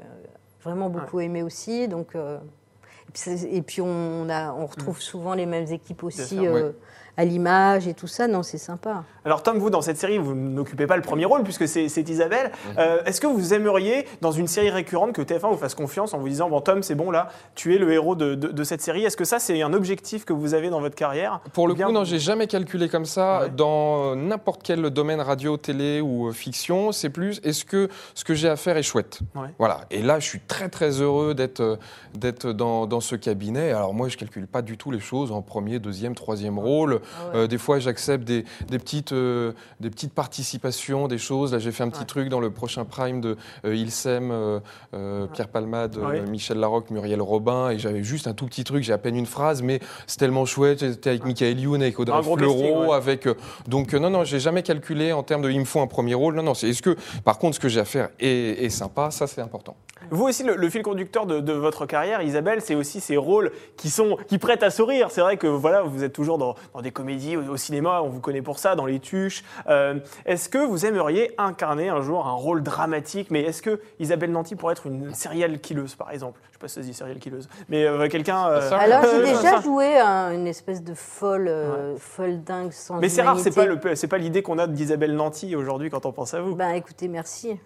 E: vraiment beaucoup aimé aussi. Donc, euh, et puis, c'est- et puis on, a, on retrouve souvent les mêmes équipes aussi
A: Mm. sûr,
E: euh, à l'image et tout ça. Non, c'est sympa.
A: Alors Tom, vous, dans cette série, vous n'occupez pas le premier rôle puisque c'est c'est Isabelle. Euh, Est-ce que vous aimeriez, dans une série récurrente, que TF1 vous fasse confiance en vous disant, bon Tom, c'est bon là, tu es le héros de, de- de cette série Est-ce que ça, c'est un objectif que vous avez dans votre carrière
C: Pour le
A: Bien-
C: coup, non, j'ai jamais calculé comme ça.
A: Ouais.
C: Dans euh, n'importe quel domaine, radio, télé ou euh, fiction, c'est plus est-ce que ce que j'ai à faire est chouette
A: Ouais.
C: Voilà. Et là, je suis très très heureux d'être euh, d'être dans, dans ce cabinet. Alors moi, je calcule pas du tout les choses en premier, deuxième, troisième rôle. Euh, des fois, j'accepte des, des petites, euh, des petites participations, des choses. Là, j'ai fait un petit
A: Ouais.
C: truc dans le prochain Prime de euh, Ilsem, euh, euh, Pierre Palmade, euh,
A: Ouais.
C: Michel Larocque, Muriel Robin. Et j'avais juste un tout petit truc, j'ai à peine une phrase, mais c'est tellement chouette. J'étais avec Michael Youn, avec
A: Un
C: Audrey
A: gros
C: Fleurot,
A: casting, ouais.
C: avec. euh, donc, euh, non, non, j'ai jamais calculé en termes de il me faut un premier rôle. Non, non, c'est est-ce que, par contre, ce que j'ai à faire est, est sympa, ça, c'est important.
A: Vous aussi, le, le fil conducteur de, de votre carrière, Isabelle, c'est aussi ces rôles qui, sont, qui prêtent à sourire. C'est vrai que voilà, vous êtes toujours dans, dans des comédies, au, au cinéma, on vous connaît pour ça, dans les tuches. Euh, est-ce que vous aimeriez incarner un jour un rôle dramatique Mais est-ce que Isabelle Nanty pourrait être une serial killeuse, par exemple Je ne sais pas si ça se dit serial killeuse, mais euh, quelqu'un... euh,
C: Ça,
E: Alors j'ai
A: euh,
E: déjà
A: ça.
E: joué un- une espèce de folle, euh, folle dingue sans
A: Mais c'est rare, c'est pas,
E: humanité.
A: le- c'est pas l'idée qu'on a d'Isabelle Nanty aujourd'hui quand on pense à vous.
E: Ben écoutez, merci.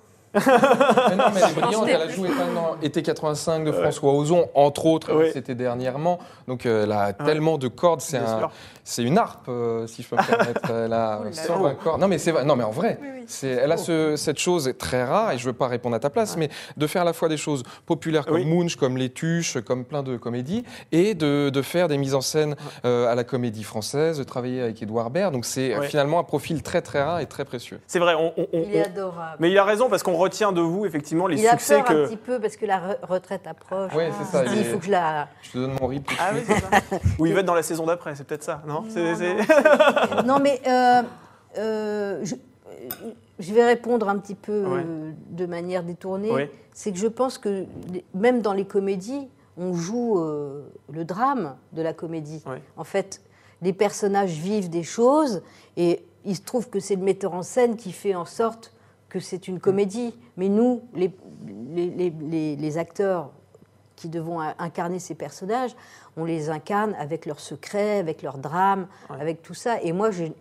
C: Mais non, mais elle est
F: Je
C: brillante,
F: pensais
C: elle a
F: plus.
C: joué pas dans Été 85 de François Ozon, entre autres,
A: Ouais.
C: c'était dernièrement. Donc euh, elle a tellement de cordes, c'est
A: Bien
C: un-
A: sûr.
C: c'est une harpe, euh, si je peux me permettre. Elle a 120
A: Oh.
C: cordes. Non, mais, c'est vrai- non, mais en vrai, c'est- elle a ce- cette chose très rare, et je veux pas répondre à ta place, mais de faire à la fois des choses populaires comme
A: Oui.
C: Munch, comme Les Tuches, comme plein de comédies, et de, de faire des mises en scène euh, à la comédie française, de travailler avec Édouard Baird. Donc c'est euh,
A: Ouais.
C: finalement un profil très très rare et très précieux.
A: C'est vrai, on, on- on-
E: Il est
A: on-
E: adorable.
A: mais il a raison parce qu'on retient de vous effectivement les
E: il a
A: succès
E: peur
A: que...
E: un petit peu parce que la re- retraite approche.
C: Ouais, c'est ça,
E: Il se dit,
C: il
E: il
C: est-
E: faut que je la.
A: <laughs>
C: Je te donne mon rip tout de
A: Ah oui,
C: suite.
A: c'est ça. <laughs> Ou il va être dans la saison d'après, c'est peut-être ça, non, C'est- c'est-
E: Non, mais euh, euh, je, euh, je vais répondre un petit peu
A: Ouais.
E: euh, de manière détournée.
A: Oui.
E: C'est que je pense que les- même dans les comédies, on joue euh, le drame de la comédie.
A: Ouais.
E: En fait, les personnages vivent des choses et il se trouve que c'est le metteur en scène qui fait en sorte que c'est une comédie. Mais nous, les, les- les- les- les acteurs qui devons a- incarner ces personnages, on les incarne avec leurs secrets, avec leurs drames, avec tout ça. Et moi, j'ai-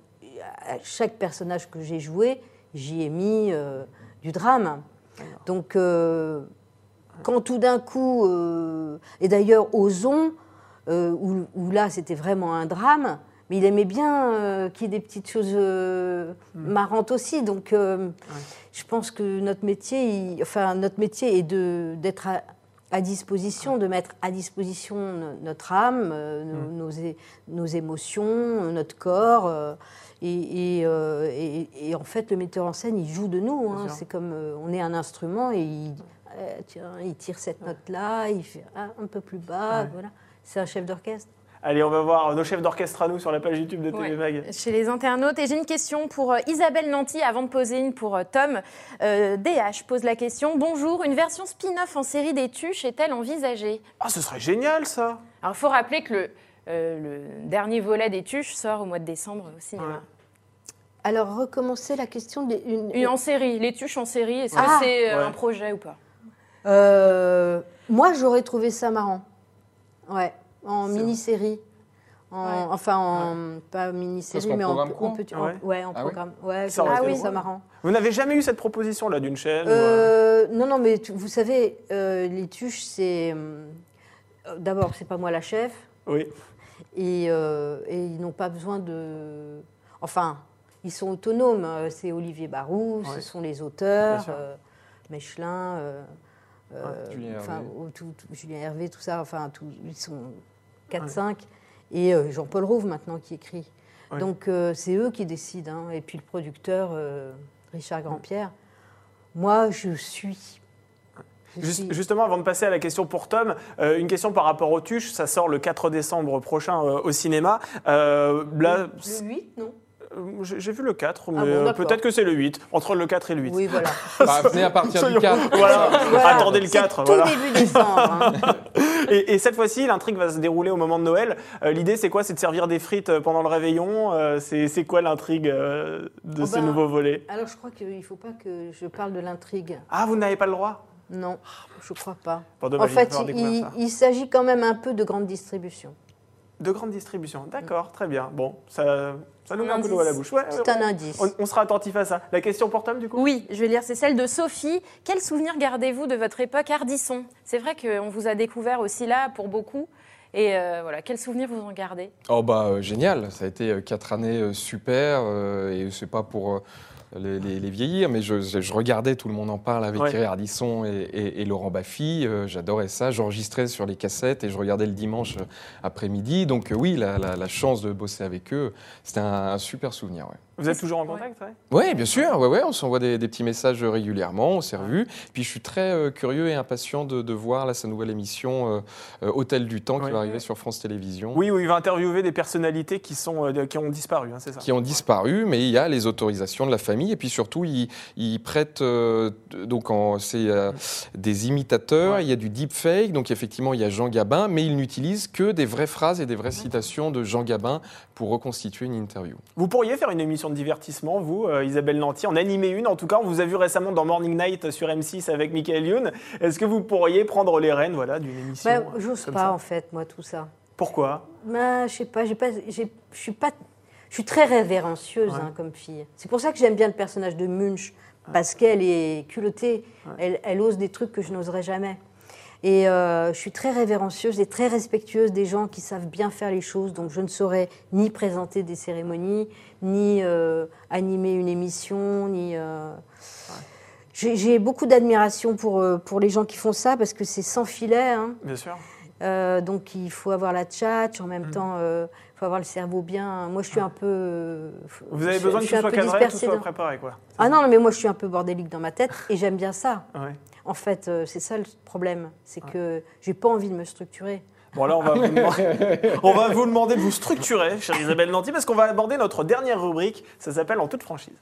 E: à chaque personnage que j'ai joué, j'y ai mis euh, du drame. Donc, euh, quand tout d'un coup, euh, et d'ailleurs, Ozon, euh, où, où là, c'était vraiment un drame, mais il aimait bien euh, qu'il y ait des petites choses euh, marrantes aussi. Donc, euh, je pense que notre métier, il- enfin, notre métier est de- d'être à, à disposition, de mettre à disposition no- notre âme, euh, nos,
A: Mm.
E: nos é- nos émotions, euh, notre corps. euh, et, et, euh, et- et en fait, le metteur en scène, il joue de nous. hein.
A: Bien sûr.
E: C'est comme euh, on est un instrument et il, eh, tiens, il tire cette note-là, il fait ah, un peu plus bas. Voilà. C'est un chef d'orchestre.
A: <laughs> Allez, on va voir nos chefs d'orchestre à nous sur la page YouTube de TV Mag.
F: Ouais, Chez les internautes. Et j'ai une question pour euh, Isabelle Nanty avant de poser une pour euh, Tom. Euh, DH pose la question Bonjour, une version spin-off en série des Tuches est-elle envisagée
A: Ah, ce serait génial ça
F: Alors, il faut rappeler que le, euh, le dernier volet des Tuches sort au mois de décembre euh, au cinéma.
E: Alors, recommencer la question des. une-
F: Une en série, les Tuches en série, est-ce
E: Ah
F: que c'est euh,
A: Ouais.
F: un projet ou pas
E: Euh, moi, j'aurais trouvé ça marrant. Ouais, en
A: C'est
E: mini-série. En-
F: Ouais.
E: Enfin, en, pas mini-série,
C: Parce qu'en
E: mais en,
C: programme
E: en
C: court
E: petit-
A: Ouais.
E: en- ouais, en
C: Ah oui.
E: programme. Ouais,
A: Ça aurait été
E: j'aurais trouvé
A: drôle.
E: ça marrant.
A: Vous n'avez jamais eu cette proposition là d'une chaîne ou, euh,
E: Euh, non, non, mais tu- vous savez, euh, les tuches, c'est. hum, euh, D'abord, c'est pas moi la chef,
A: euh, Oui.
E: et, euh, et ils n'ont pas besoin de. Enfin, ils sont autonomes. euh, C'est Olivier Barou,
A: Ouais.
E: ce sont les
A: Bien
E: auteurs,
A: sûr.
E: euh, Mechelin, euh, euh,
C: Julien
E: enfin,
C: Hervé.
E: au- tout- tout- Julien Hervé, tout ça, enfin, tout- ils sont 4-5. Et euh, Jean-Paul Rouve maintenant qui écrit.
A: Ouais.
E: Donc euh, c'est eux qui décident. hein. Et puis le producteur, euh, Richard Grandpierre. Moi, je suis. je
A: Jus-
E: suis-
A: Justement, avant de passer à la question pour Tom, euh, une question par rapport aux tuches. Ça sort le 4 décembre prochain euh, au cinéma. Euh, là,
E: Le 8, non
A: euh, j'ai j'ai vu le 4, mais
E: bon,
A: euh,
E: d'accord.
A: peut-être que c'est le 8. Entre le 4 et le 8. <laughs>
E: Oui, voilà.
C: Bah, venez à partir du
A: Soyons-
C: 4.
A: Voilà.
E: Voilà,
A: Attendez le
E: c'est
A: 4.
E: Tout
A: Voilà.
E: début décembre.
A: <laughs>
E: hein.
A: Et, et cette fois-ci, l'intrigue va se dérouler au moment de Noël. Euh, L'idée, c'est quoi C'est de servir des frites euh, pendant le réveillon. Euh, c'est c'est quoi l'intrigue euh, de
E: Oh
A: ce
E: ben-
A: nouveau volet
E: Alors je crois qu'il ne faut pas que je parle de l'intrigue.
A: Ah, vous n'avez pas le droit
E: Non, je crois pas.
A: Bon, dommage,
E: En
A: il
E: fait,
A: va falloir découvrir
E: il,
A: ça.
E: il s'agit quand même un peu de grande distribution.
A: De grande distribution. D'accord, très bien. Bon, ça, ça nous
F: Un
A: met un peu l'eau à la bouche. Ouais,
E: C'est un indice.
A: Ah on, on sera attentif à ça. La question portable, du coup
F: Oui, je vais lire, c'est celle de Sophie. Quel souvenir gardez-vous de votre époque Ardisson C'est vrai qu'on vous a découvert aussi là pour beaucoup. Et euh, voilà, quel souvenir vous en gardez
C: <laughs> Oh bah euh, génial, ça a été euh, quatre années euh, super euh, et c'est pas pour euh, les, les- les vieillir, mais je, je- je regardais tout le monde en parle avec
A: Ouais.
C: Thierry Ardisson et, et- et Laurent Baffy, euh, j'adorais ça, j'enregistrais sur les cassettes et je regardais le dimanche euh, après-midi, donc euh, oui, la, la- la chance de bosser avec eux, c'était un, un super souvenir. Ouais.
A: Vous êtes toujours en contact, ouais
C: Oui, bien sûr, ouais, ouais, on s'envoie des, des petits messages régulièrement, on s'est revus. Puis je suis très euh, curieux et impatient de, de voir là, sa nouvelle émission euh, euh, Hôtel du Temps
A: Ouais.
C: qui va arriver sur France Télévisions.
A: Oui, oui, il va interviewer des personnalités qui, sont, euh, qui ont disparu, hein, c'est ça
C: qui ont disparu, mais il y a les autorisations de la famille. Et puis surtout, ils, ils prêtent, euh, donc en- c'est euh, des imitateurs,
A: Ouais.
C: il y a du deepfake, donc effectivement, il y a Jean Gabin, mais ils n'utilisent que des vraies phrases et des
A: Mhm.
C: vraies citations de Jean Gabin pour reconstituer une interview.
A: Vous pourriez faire une émission de divertissement, vous, euh, Isabelle Lanty, en animer une. En tout cas, on vous a vu récemment dans Morning Night sur M6 avec Michael Youn. Est-ce que vous pourriez prendre les rênes voilà, d'une émission
E: Bah,
A: euh,
E: J'ose
A: comme
E: pas,
A: ça
E: en fait, moi, tout ça.
A: Pourquoi
E: Bah, je sais pas, j'ai pas, j'ai- je suis pas, je suis très révérencieuse
A: Ouais.
E: hein, comme fille. C'est pour ça que j'aime bien le personnage de Munch parce qu'elle est culottée, elle, elle ose des trucs que je n'oserais jamais. Et euh, je suis très révérencieuse et très respectueuse des gens qui savent bien faire les choses, donc je ne saurais ni présenter des cérémonies, ni euh, animer une émission, ni. euh, J'ai j'ai beaucoup d'admiration pour, euh, pour les gens qui font ça parce que c'est sans filet. hein.
A: Bien sûr.
E: Euh, donc il faut avoir la tchatche, en même
A: Mm.
E: temps, il faut avoir le cerveau bien. Moi, je suis un peu. euh,
A: Vous avez
E: je-
A: besoin
E: je
A: que
E: suis
A: tout
E: un
A: soit
E: peu
A: cadré, tout
E: dispersée
A: soit
E: dans-
A: préparé, quoi.
E: Ah non, non, mais moi, je suis un peu bordélique dans ma tête et j'aime bien ça.
A: Ouais.
E: En fait, euh, c'est ça le problème, c'est que j'ai pas envie de me structurer.
A: Bon, là, on va, vous <laughs> demander, on va vous demander de vous structurer, chère Isabelle Nanty, parce qu'on va aborder notre dernière rubrique. Ça s'appelle En toute franchise.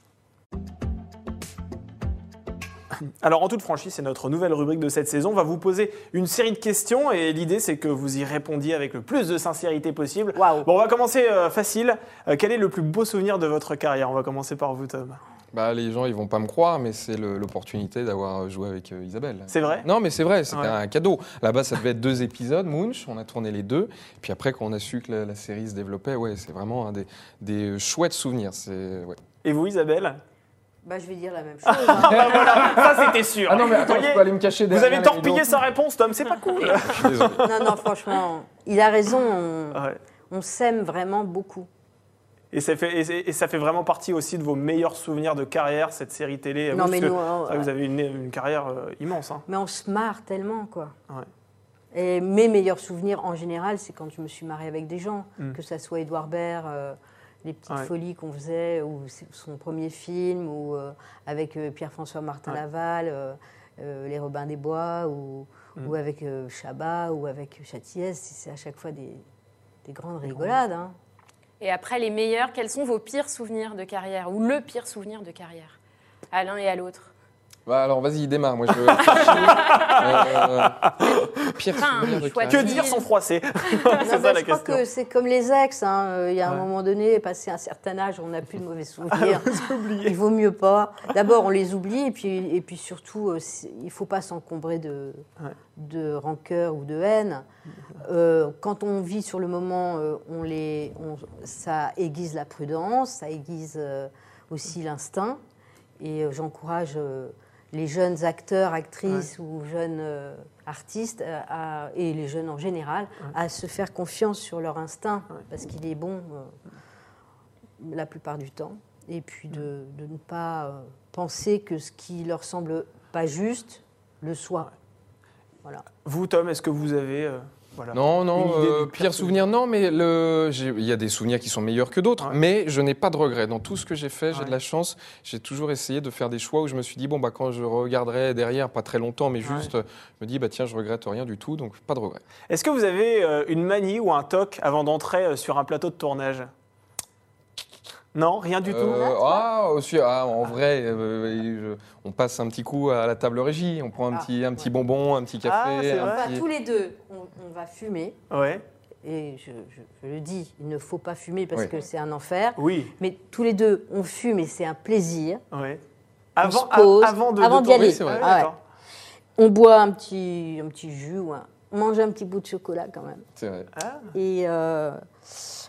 A: Alors, En toute franchise, c'est notre nouvelle rubrique de cette saison. On va vous poser une série de questions et l'idée, c'est que vous y répondiez avec le plus de sincérité possible.
E: Waouh.
A: Bon, on va commencer euh, facile. Euh, quel est le plus beau souvenir de votre carrière On va commencer par vous, Tom.
C: Bah, les gens, ils vont pas me croire, mais c'est le- l'opportunité d'avoir joué avec euh, Isabelle.
A: C'est vrai
C: Non, mais c'est vrai, c'était
A: Ouais.
C: un cadeau. Là-bas, ça devait être deux épisodes, Munch, on a tourné les deux. Puis après, quand on a su que la, la série se développait, ouais, c'est vraiment un des, des chouettes souvenirs. C'est ouais.
A: Et vous, Isabelle
E: Bah, je vais dire la <laughs> même chose.
A: Ah, bah voilà, ça c'était sûr.
D: Ah non, mais attends,
A: Vous voyez,
D: je peux aller me cacher
A: vous
D: derrière.
A: avez
D: les
A: torpillé
D: rideaux.
A: sa réponse, Tom, c'est pas cool.
C: Je suis désolé.
E: non, non, franchement, il a raison. On,
A: Ouais.
E: on s'aime vraiment beaucoup.
A: Et ça, fait, et c'est- et ça fait vraiment partie aussi de vos meilleurs souvenirs de carrière, cette série télé.
E: non,
A: Vous,
E: mais
A: parce que
E: nous,
A: c'est
E: on-
A: vrai que vous avez une, une carrière euh, immense. hein.
E: mais on se marre tellement, quoi.
A: Ouais.
E: Et mes meilleurs souvenirs en général, c'est quand je me suis mariée avec des gens,
A: Mm.
E: que ça soit Édouard Baird, euh, les petites
A: Ouais.
E: folies qu'on faisait, ou s- son premier film, ou euh, avec euh, Pierre-François Martin
A: Ouais.
E: Laval, euh, euh, Les Robins des Bois, ou,
A: Mm.
E: ou avec euh, Chabat, ou avec Châtillès. C'est à chaque fois des, des grandes rigolades. hein.
F: Et après, les meilleurs, quels sont vos pires souvenirs de carrière Ou le pire souvenir de carrière À l'un et à l'autre.
C: Bah, alors, vas-y, démarre. Moi, je
A: <laughs>
C: veux. Euh, pire
F: Enfin,
C: souvenir de
F: chouette.
C: carrière.
A: Que
F: Ouais.
A: dire sans
E: <laughs>
A: froisser
E: Non,
A: C'est <laughs>
E: mais
A: ça
E: je
A: la
E: crois
A: question.
E: que c'est comme les ex. hein, euh, Il y a un
A: Ouais. Ah,
E: moment donné, passé un certain âge, on n'a plus
A: <laughs>
E: de mauvais souvenirs.
A: Oubliez.
E: Il vaut mieux pas. D'abord, on les oublie, et puis, et puis surtout, euh, c'est- il faut pas s'encombrer de,
A: Ouais.
E: de rancœur ou de
A: <laughs>
E: haine. Euh, quand on vit sur le moment, euh, on les, on- ça aiguise la prudence, ça aiguise euh, aussi l'instinct. Et euh, j'encourage euh, les jeunes acteurs, actrices ou jeunes euh, artistes, euh, à- et les jeunes en général, à se faire confiance sur leur instinct, parce qu'il est bon euh, la plupart du temps et puis de, de ne pas euh, penser que ce qui leur semble pas juste le soit.
A: Vous, Tom, est-ce que vous avez. euh, voilà.
C: Non,
A: Une
C: non,
A: idée
C: euh,
A: du pire
C: pire souvenir, non, mais le- j'ai- il y a des souvenirs qui sont meilleurs que d'autres,
A: Ouais.
C: mais je n'ai pas de regrets. Dans tout ce que j'ai fait, j'ai
A: Ouais.
C: de la chance, j'ai toujours essayé de faire des choix où je me suis dit, bon, bah, quand je regarderai derrière, pas très longtemps, mais
A: Ouais.
C: juste, euh, je me dis, bah, tiens, je regrette rien du tout, donc pas de regrets.
A: Est-ce que vous avez euh, une manie ou un toc avant d'entrer euh, sur un plateau de tournage Non, rien du tout.
C: Euh, ah, aussi, ah, en vrai, euh, je- on passe un petit coup à la table régie, on prend un
E: Ah,
C: petit, un petit
E: ouais.
C: bonbon, un petit
A: Ah,
C: café.
A: c'est
C: un
A: vrai.
E: Enfin,
C: petit-
E: tous les deux, on, on va fumer.
A: Ouais.
E: Et je, je- je le dis, il ne faut pas fumer parce
C: Oui.
E: que c'est un enfer.
A: Oui.
E: Mais tous les deux, on fume et c'est un plaisir.
A: Ouais.
E: se pose
A: avant de,
E: avant
A: de
E: d'y
A: tourner.
E: Ah
C: aller. Oui, c'est vrai.
A: Ah, d'accord.
E: On boit un petit, un petit jus ou un- On mange un petit bout de chocolat quand même.
C: C'est vrai.
E: Et euh,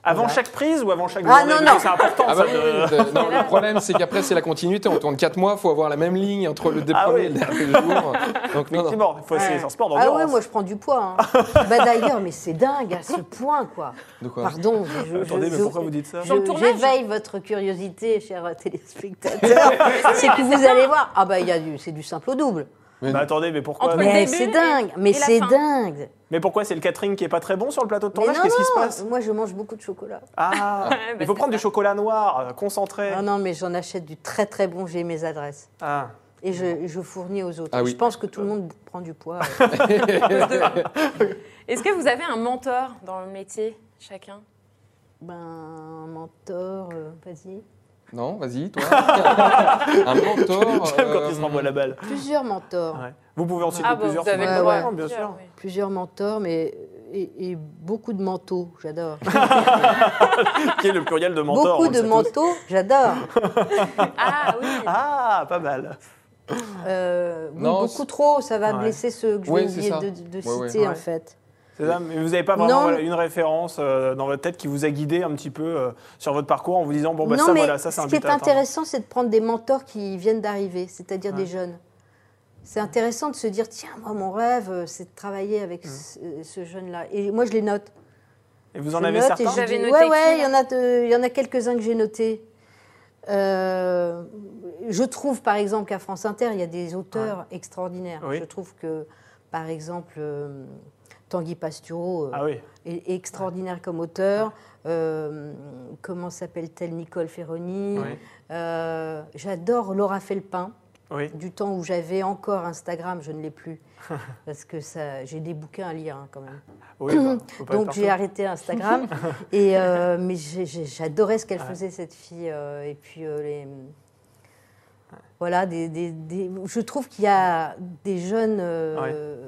A: Avant
E: Voilà.
A: chaque prise ou avant chaque
E: Ah,
A: journée
E: non,
A: Parce que
E: non.
A: C'est important
C: Ah
A: ça.
C: bah
A: de-
C: oui,
A: <laughs>
C: de- non, le problème, c'est qu'après, c'est la continuité. On tourne 4 mois, il faut avoir la même ligne entre le
A: Ah
C: premier
A: oui.
C: et le dernier jour. Donc, non, non.
A: Effectivement, il faut essayer,
E: Ouais.
A: c'est un sport
E: Ah
A: d'endurance.
E: ouais, moi je prends du poids. hein. bah d'ailleurs, mais c'est dingue
A: <laughs>
E: à ce point, quoi.
C: De quoi
E: Pardon, je, je-
A: Attendez, mais
E: je-
A: pourquoi vous dites ça
E: je-
F: Sur le tournage
E: J'éveille votre curiosité, chers téléspectateurs. <laughs> c'est que vous allez voir. Ah bah il y a du, c'est du simple au double.
C: Mais
A: Bah, attendez, mais pourquoi
F: Entre le
E: Mais
F: début
E: c'est
F: et-
E: dingue, mais
F: et la
E: c'est
F: fin.
E: dingue.
A: Mais pourquoi c'est le catering qui est pas très bon sur le plateau de
E: Mais
A: tournage
E: non,
A: Qu'est-ce qui se
E: non, bah,
A: passe
E: Moi je mange beaucoup de chocolat. <laughs>
A: Ah, il faut
F: c'est
A: prendre du
F: ça.
A: chocolat noir, euh, concentré.
E: Non, non, mais j'en achète du très très bon, j'ai mes adresses.
A: Ah.
E: Et je, je fournis aux autres.
C: Ah oui.
E: Je pense que tout le
A: Euh.
E: monde prend
A: <laughs>
E: du poids.
F: Est-ce que vous avez un mentor dans le métier, chacun
E: ben, un mentor, euh, vas-y.
C: Non,
A: <laughs>
C: vas-y, toi. un mentor.
A: J'aime quand
C: euh,
A: il se renvoie la balle.
E: Plusieurs mentors.
A: Ouais. Vous pouvez en citer
F: Ah, bah,
A: plusieurs.
F: vous avez
A: si
E: fois.
F: le droit.
E: Ouais,
A: bien
F: Plusieurs,
A: sûr.
F: oui.
E: Plusieurs mentors, mais. Et, et beaucoup de manteaux, j'adore.
A: Qui est le pluriel de mentor hein, on
E: Beaucoup
A: le
E: de
A: sait tous.
E: manteaux,
A: <laughs>
E: j'adore.
F: Ah oui.
A: Ah, pas mal.
E: Euh, oui,
C: Non,
E: beaucoup
C: c'est-
E: trop, ça va
A: Ouais.
E: blesser ceux que j'ai
C: Ouais,
E: oublié
C: c'est ça.
E: de, de
C: Ouais, ouais.
E: citer, en
A: Ouais.
E: fait.
A: C'est ça, mais vous n'avez pas vraiment
E: Non,
A: voilà,
E: mais-
A: une référence euh, dans votre tête qui vous a guidé un petit peu euh, sur votre parcours en vous disant bon bah
E: non,
A: ça
E: mais
A: voilà ça c'est un
E: ce
A: but
E: qui est
A: à atteindre.
E: intéressant, c'est de prendre des mentors qui viennent d'arriver, c'est-à-dire
A: Ouais.
E: des jeunes. C'est intéressant de se dire, tiens, moi, mon rêve, euh, c'est de travailler avec
C: Mm.
E: ce, euh, ce jeune-là. Et moi, je les note.
A: Et vous en
E: Je
A: avez
E: note et
A: certains
E: je
F: Vous avez
E: dis,
F: noté
E: ouais,
F: qui,
E: ouais, il y
F: là
E: en a, de- il y en a quelques-uns que j'ai notés. Euh, je trouve, par exemple, qu'à France Inter, il y a des auteurs extraordinaires.
A: Ah. Oui.
E: Je trouve que, par exemple, euh, Tanguy Pastureau euh,
A: Ah oui. Ah.
E: est est extraordinaire comme auteur. Euh, comment s'appelle-t-elle Nicole Ferroni.
A: Oui.
E: Euh, J'adore Laura Felpin
A: Oui.
E: du temps où j'avais encore Instagram, je ne
A: <laughs>
E: l'ai plus. parce que ça, j'ai des bouquins à lire hein, quand même.
A: oui bah, faut pas
E: Donc
A: être
E: j'ai
A: <laughs>
E: arrêté Instagram. et, euh, mais j'ai- j'ai- j'adorais ce qu'elle faisait, cette fille. euh, et puis euh, les. Voilà, des, des- des- je trouve qu'il y a des jeunes, euh,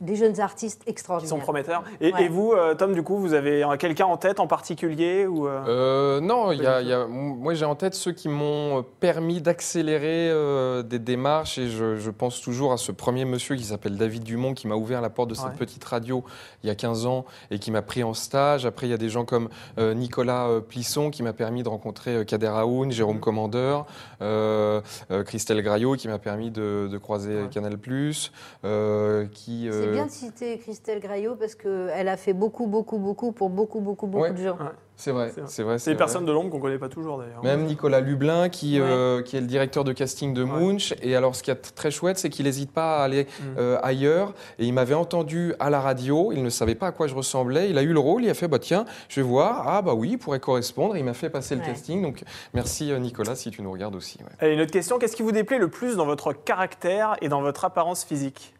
E: des jeunes artistes
A: Qui sont
E: extraordinaires.
A: prometteurs. Et,
E: Ouais.
A: et vous, euh, Tom, du coup, vous avez euh, quelqu'un en tête en particulier ou euh,
C: Euh, non, il y
A: Pas
C: a-
A: du
C: il y a- moi j'ai en tête ceux qui m'ont euh, permis d'accélérer euh, des démarches et je, je pense toujours à ce premier monsieur qui s'appelle David Dumont qui m'a ouvert la porte de cette
A: Ouais.
C: petite radio il y a 15 ans et qui m'a pris en stage. Après il y a des gens comme euh, Nicolas euh, Plisson qui m'a permis de rencontrer euh, Kader Aoun,
A: Mm.
C: Jérôme Commandeur, euh, euh, Christelle Graillot qui m'a permis de, de croiser
A: Ouais.
C: Canal+, euh, qui...
E: C'est
C: euh,
E: bien de citer Christelle Graillot parce qu'elle a fait beaucoup, beaucoup, beaucoup pour beaucoup, beaucoup, beaucoup
C: Ouais.
E: de gens.
C: C'est vrai,
A: C'est vrai.
C: c'est vrai.
A: C'est des
C: vrai.
A: personnes de l'ombre qu'on connaît pas toujours d'ailleurs.
C: Même Nicolas Lublin, qui,
E: Ouais.
C: euh, qui est le directeur de casting de
A: Ouais.
C: Munch. Et alors, ce qui est t- très chouette, c'est qu'il n'hésite pas à aller
A: Mm.
C: euh, ailleurs. Et il m'avait entendu à la radio. Il ne savait pas à quoi je ressemblais. Il a eu le rôle. Il a fait bah, tiens, je vais voir. Ah, bah oui, il pourrait correspondre. Il m'a fait passer le
E: Ouais.
C: casting. Donc, merci euh, Nicolas, si tu nous regardes aussi.
E: <laughs>
C: ouais.
A: Allez, une autre question. Qu'est-ce qui vous déplaît le plus dans votre caractère et dans votre apparence physique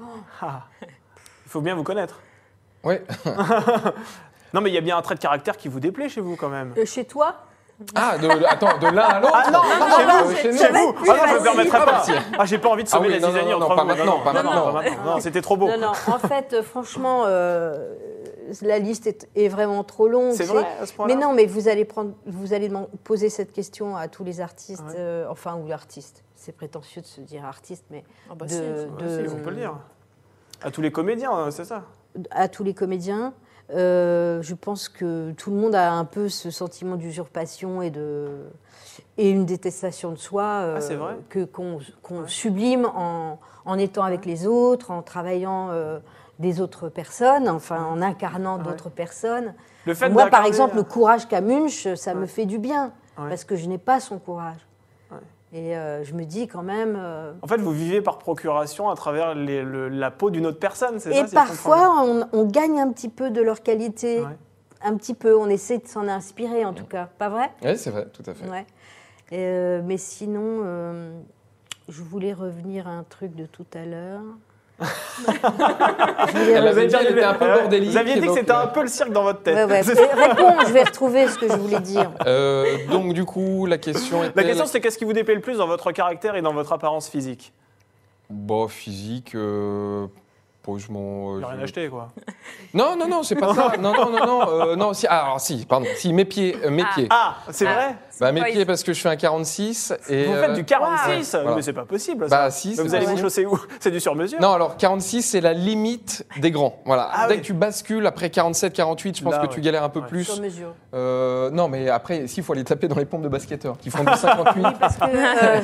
E: Oh.
A: Ah. Il faut bien vous connaître.
C: Ouais.
A: <laughs> Non, mais il y a bien un trait de caractère qui vous déplaît chez vous quand même.
E: Euh, chez toi,
C: Ah, de, attends, de l'un à l'autre
A: Ah non, non,
C: Ah,
A: chez
C: bah,
A: vous,
C: chez
A: chez
C: nous.
A: vous. Ah non, je me permettrai pas.
C: Merci.
A: Ah, j'ai pas envie de
C: Ah
A: sauver
C: oui,
A: la
C: non, non,
A: zizanie
C: non,
A: entre
C: pas
A: vous.
C: maintenant,
A: non,
C: pas
A: non,
C: maintenant.
A: maintenant. Non, c'était trop beau.
E: Non, non, en fait, euh, franchement, euh, la liste est, est vraiment trop longue.
A: C'est vrai à ce point-là
E: Mais non, mais vous allez, prendre, vous allez demand- poser cette question à tous les artistes,
A: Ouais.
E: euh, enfin, ou l'artiste. C'est prétentieux de se dire artiste, mais
F: Ah bah
E: de-
F: si.
A: Ouais,
E: de-
A: si, on peut le dire. À tous les comédiens, euh, c'est ça.
E: à tous les comédiens. Euh, je pense que tout le monde a un peu ce sentiment d'usurpation et, de, et une détestation de soi euh,
A: Ah, c'est vrai
E: que, qu'on, qu'on sublime en, en étant avec les autres, en travaillant euh, des autres personnes, enfin en incarnant
A: Ouais.
E: d'autres personnes.
A: Le fait
E: Moi, par
A: d'incarner,
E: exemple,
A: euh,
E: le courage qu'a Munch, ça
A: Ouais.
E: me fait du bien
A: Ouais.
E: parce que je n'ai pas son courage.
A: Ouais.
E: Et euh, je me dis quand même. euh,
A: En fait, vous vivez par procuration à travers les- le- la peau d'une autre personne, c'est ça
E: Et
A: si je comprends bien
E: parfois, on, on gagne un petit peu de leur qualité.
A: Ouais.
E: Un petit peu, on essaie de s'en inspirer en tout cas, pas vrai
C: Ouais, c'est vrai, tout à fait.
E: Ouais. Euh, mais sinon, euh, je voulais revenir à un truc de tout à l'heure. Je voulais revenir-
C: Elle avait dit, elle était un peu
A: Ouais.
C: bordélique.
A: Vous aviez dit que
C: donc,
A: c'était
C: euh,
A: un peu le cirque dans votre tête.
E: Ouais,
A: <laughs>
E: ouais.
A: C'est-
E: Réponds, je vais retrouver ce que je voulais dire.
C: euh, donc, du coup, la question était...
A: <laughs> La question, c'est qu'est-ce qui vous déplaît le plus dans votre caractère et dans votre apparence physique
C: Bah, physique, euh, Bon, je m'en- euh,
A: Il a rien
C: je-
A: acheté, quoi.
C: Non, non, non, c'est pas <laughs> ça. Non, non, non, non. euh, non si, ah, alors, si, pardon. Si, mes pieds. euh, mes
F: Ah.
C: pieds.
A: Ah, c'est
F: Ah.
A: vrai
C: Bah, mes
F: Boys.
C: pieds parce que je fais un 46. Et, euh,
A: Vous faites du 46
C: Voilà.
A: Mais c'est pas possible, ça.
C: Bah, si,
A: Mais
C: c'est
A: vous allez vous
C: possible.
A: chausser où C'est du sur-mesure
C: Non, alors 46, c'est la limite des grands. Voilà.
A: Ah
C: Dès
A: oui.
C: que tu bascules après 47, 48, je pense
A: Là,
C: que
A: ouais.
C: tu galères un peu
A: Ouais.
E: sur
C: plus.
E: mesure.
C: Euh, non, mais après, s'il faut aller taper dans les pompes de basketteurs qui font du 58.
E: Parce que, euh,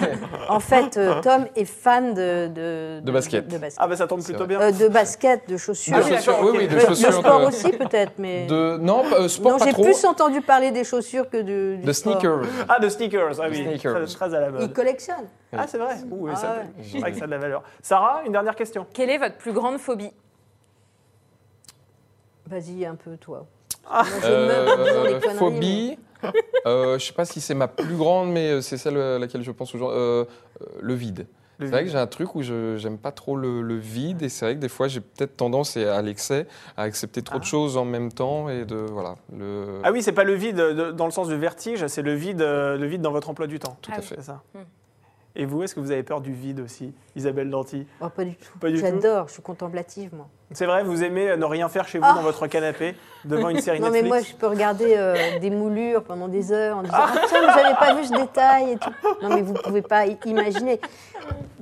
E: en fait, euh, Tom est fan de, de,
C: De basket.
E: De,
A: Hein
E: basket.
A: Ah, bah ça tombe plutôt
C: vrai.
A: bien.
E: Euh, de basket, de chaussures. Euh,
A: Ah
C: de
A: oui,
C: chaussures,
A: d'accord,
C: oui,
A: ok.
C: oui, de
A: Le-
E: de,
A: le
C: chaussures.
E: sport
C: de-
E: aussi, peut-être, mais.
C: de- non, euh, sport
E: non,
C: pas
E: j'ai
C: trop.
E: plus entendu parler des chaussures que du. du
C: de
E: sport.
C: sneakers.
A: Ah, de sneakers, ah oui.
C: Sneakers.
A: Très- Très à la
E: Il
A: mode.
E: collectionne.
A: Ah, c'est vrai. Ouh, oui,
E: Ah
A: ça,
E: ouais.
A: c'est vrai que ça a de la valeur. Sarah, une dernière question.
F: Quelle est votre plus grande phobie
E: Vas-y, un peu, toi.
A: Ah.
E: Moi, je meurs en disant des
C: Euh,
E: conneries, mais-
C: phobie. Euh, je sais pas si c'est ma plus grande, mais euh, c'est celle à laquelle je pense aujourd'hui. Euh, euh, le vide.
A: Le
C: C'est vrai que j'ai un truc où je j'aime pas trop le, le vide et c'est vrai que des fois j'ai peut-être tendance et à l'excès à accepter trop de
E: Ah.
C: choses en même temps et de voilà le
A: Ah oui, c'est pas le vide euh, de- dans le sens du vertige, c'est le vide, euh, le vide dans votre emploi du temps.
C: tout
F: Ah
C: à
F: oui.
C: fait.
A: C'est ça.
F: Hmm.
A: Et vous, est-ce que vous avez peur du vide aussi, Isabelle Danty
E: Oh, pas du tout.
A: Pas du tout.
E: J'adore, je suis contemplative, moi.
A: C'est vrai, vous aimez euh, ne rien faire chez vous
E: Ah.
A: dans votre canapé devant une série
E: <laughs> Non, mais
A: Netflix
E: moi, je peux regarder euh, des moulures pendant des heures en disant Ah, tiens, mais j'avais pas vu ce détail et tout. Non, mais vous pouvez pas i- imaginer.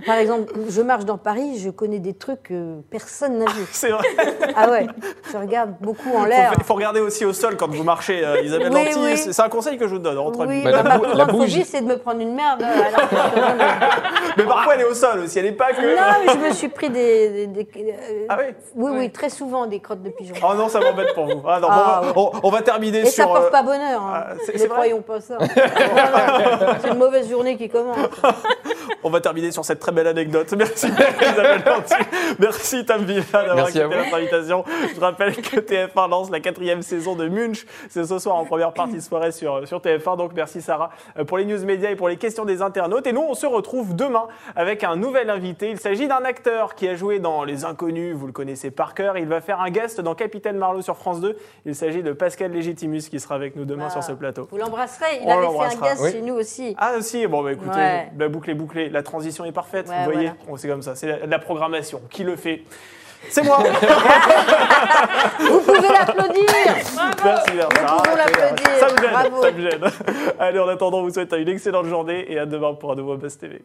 E: Par exemple, je marche dans Paris, je connais des trucs que personne n'a vu.
A: C'est vrai.
E: <laughs> Ah ouais, je regarde beaucoup en
A: Il
E: l'air.
A: faut, faut regarder aussi au sol quand vous marchez, euh, Isabelle
E: Oui,
A: Danty.
E: oui.
A: C'est c'est un conseil que je vous donne entre
E: Oui,
A: amis.
C: Bah,
E: bah,
C: la
E: ma
C: bou-
E: plus
C: la
E: grande phobie,
C: bougie.
E: c'est de me prendre une merde. euh, alors
A: <laughs>
E: que je suis dans le-
A: Mais parfois, elle est au sol aussi. Elle n'est pas que. euh,
E: Non, mais je me suis pris des. des- des- euh,
A: Ah oui
E: oui, oui, très souvent des crottes de pigeons.
A: Oh non, ça m'embête pour vous. Ah non,
E: Ah,
A: bon, on, va- on- on va terminer
E: Et
A: sur.
E: ça porte
A: euh,
E: pas bonheur. Hein.
A: ah, c'est-
E: ne
A: c'est vrai
E: croyons pas ça. Voilà. C'est une mauvaise journée qui commence.
A: On va terminer sur cette très belle anecdote. Merci Isabelle Lanty. Merci Tom Villa d'avoir
C: Merci à
A: accepté
C: vous.
A: notre invitation. Je rappelle que TF1 lance la quatrième saison de Munch. C'est ce soir en première partie de soirée sur, sur TF1. Donc merci Sarah euh, pour les news médias et pour les questions des internautes. Et nous, on se retrouve demain avec un nouvel invité. Il s'agit d'un acteur qui a joué dans Les Inconnus. Vous le connaissez par cœur. Il va faire un guest dans Capitaine Marlowe sur France 2. Il s'agit de Pascal Légitimus qui sera avec nous demain
E: Ah.
A: sur ce plateau.
E: Vous l'embrasserez. Il
A: On
E: avait fait un
A: l'embrassera.
E: gaz
C: Oui.
E: chez nous aussi.
A: Ah si, bon bah écoutez,
E: Ouais.
A: la boucle est bouclée, la transition est parfaite,
E: Ouais,
A: vous voyez,
E: voilà.
A: on c'est comme ça, c'est la, la programmation, qui le fait C'est
E: <laughs>
A: moi
E: Vous pouvez
C: <laughs>
E: l'applaudir.
A: Merci, merci.
E: Nous pouvons l'applaudir.
A: Ça me gêne, <laughs>
E: Bravo.
A: ça me gêne. Allez, en attendant, on vous souhaite une excellente journée et à demain pour un nouveau Buzz TV.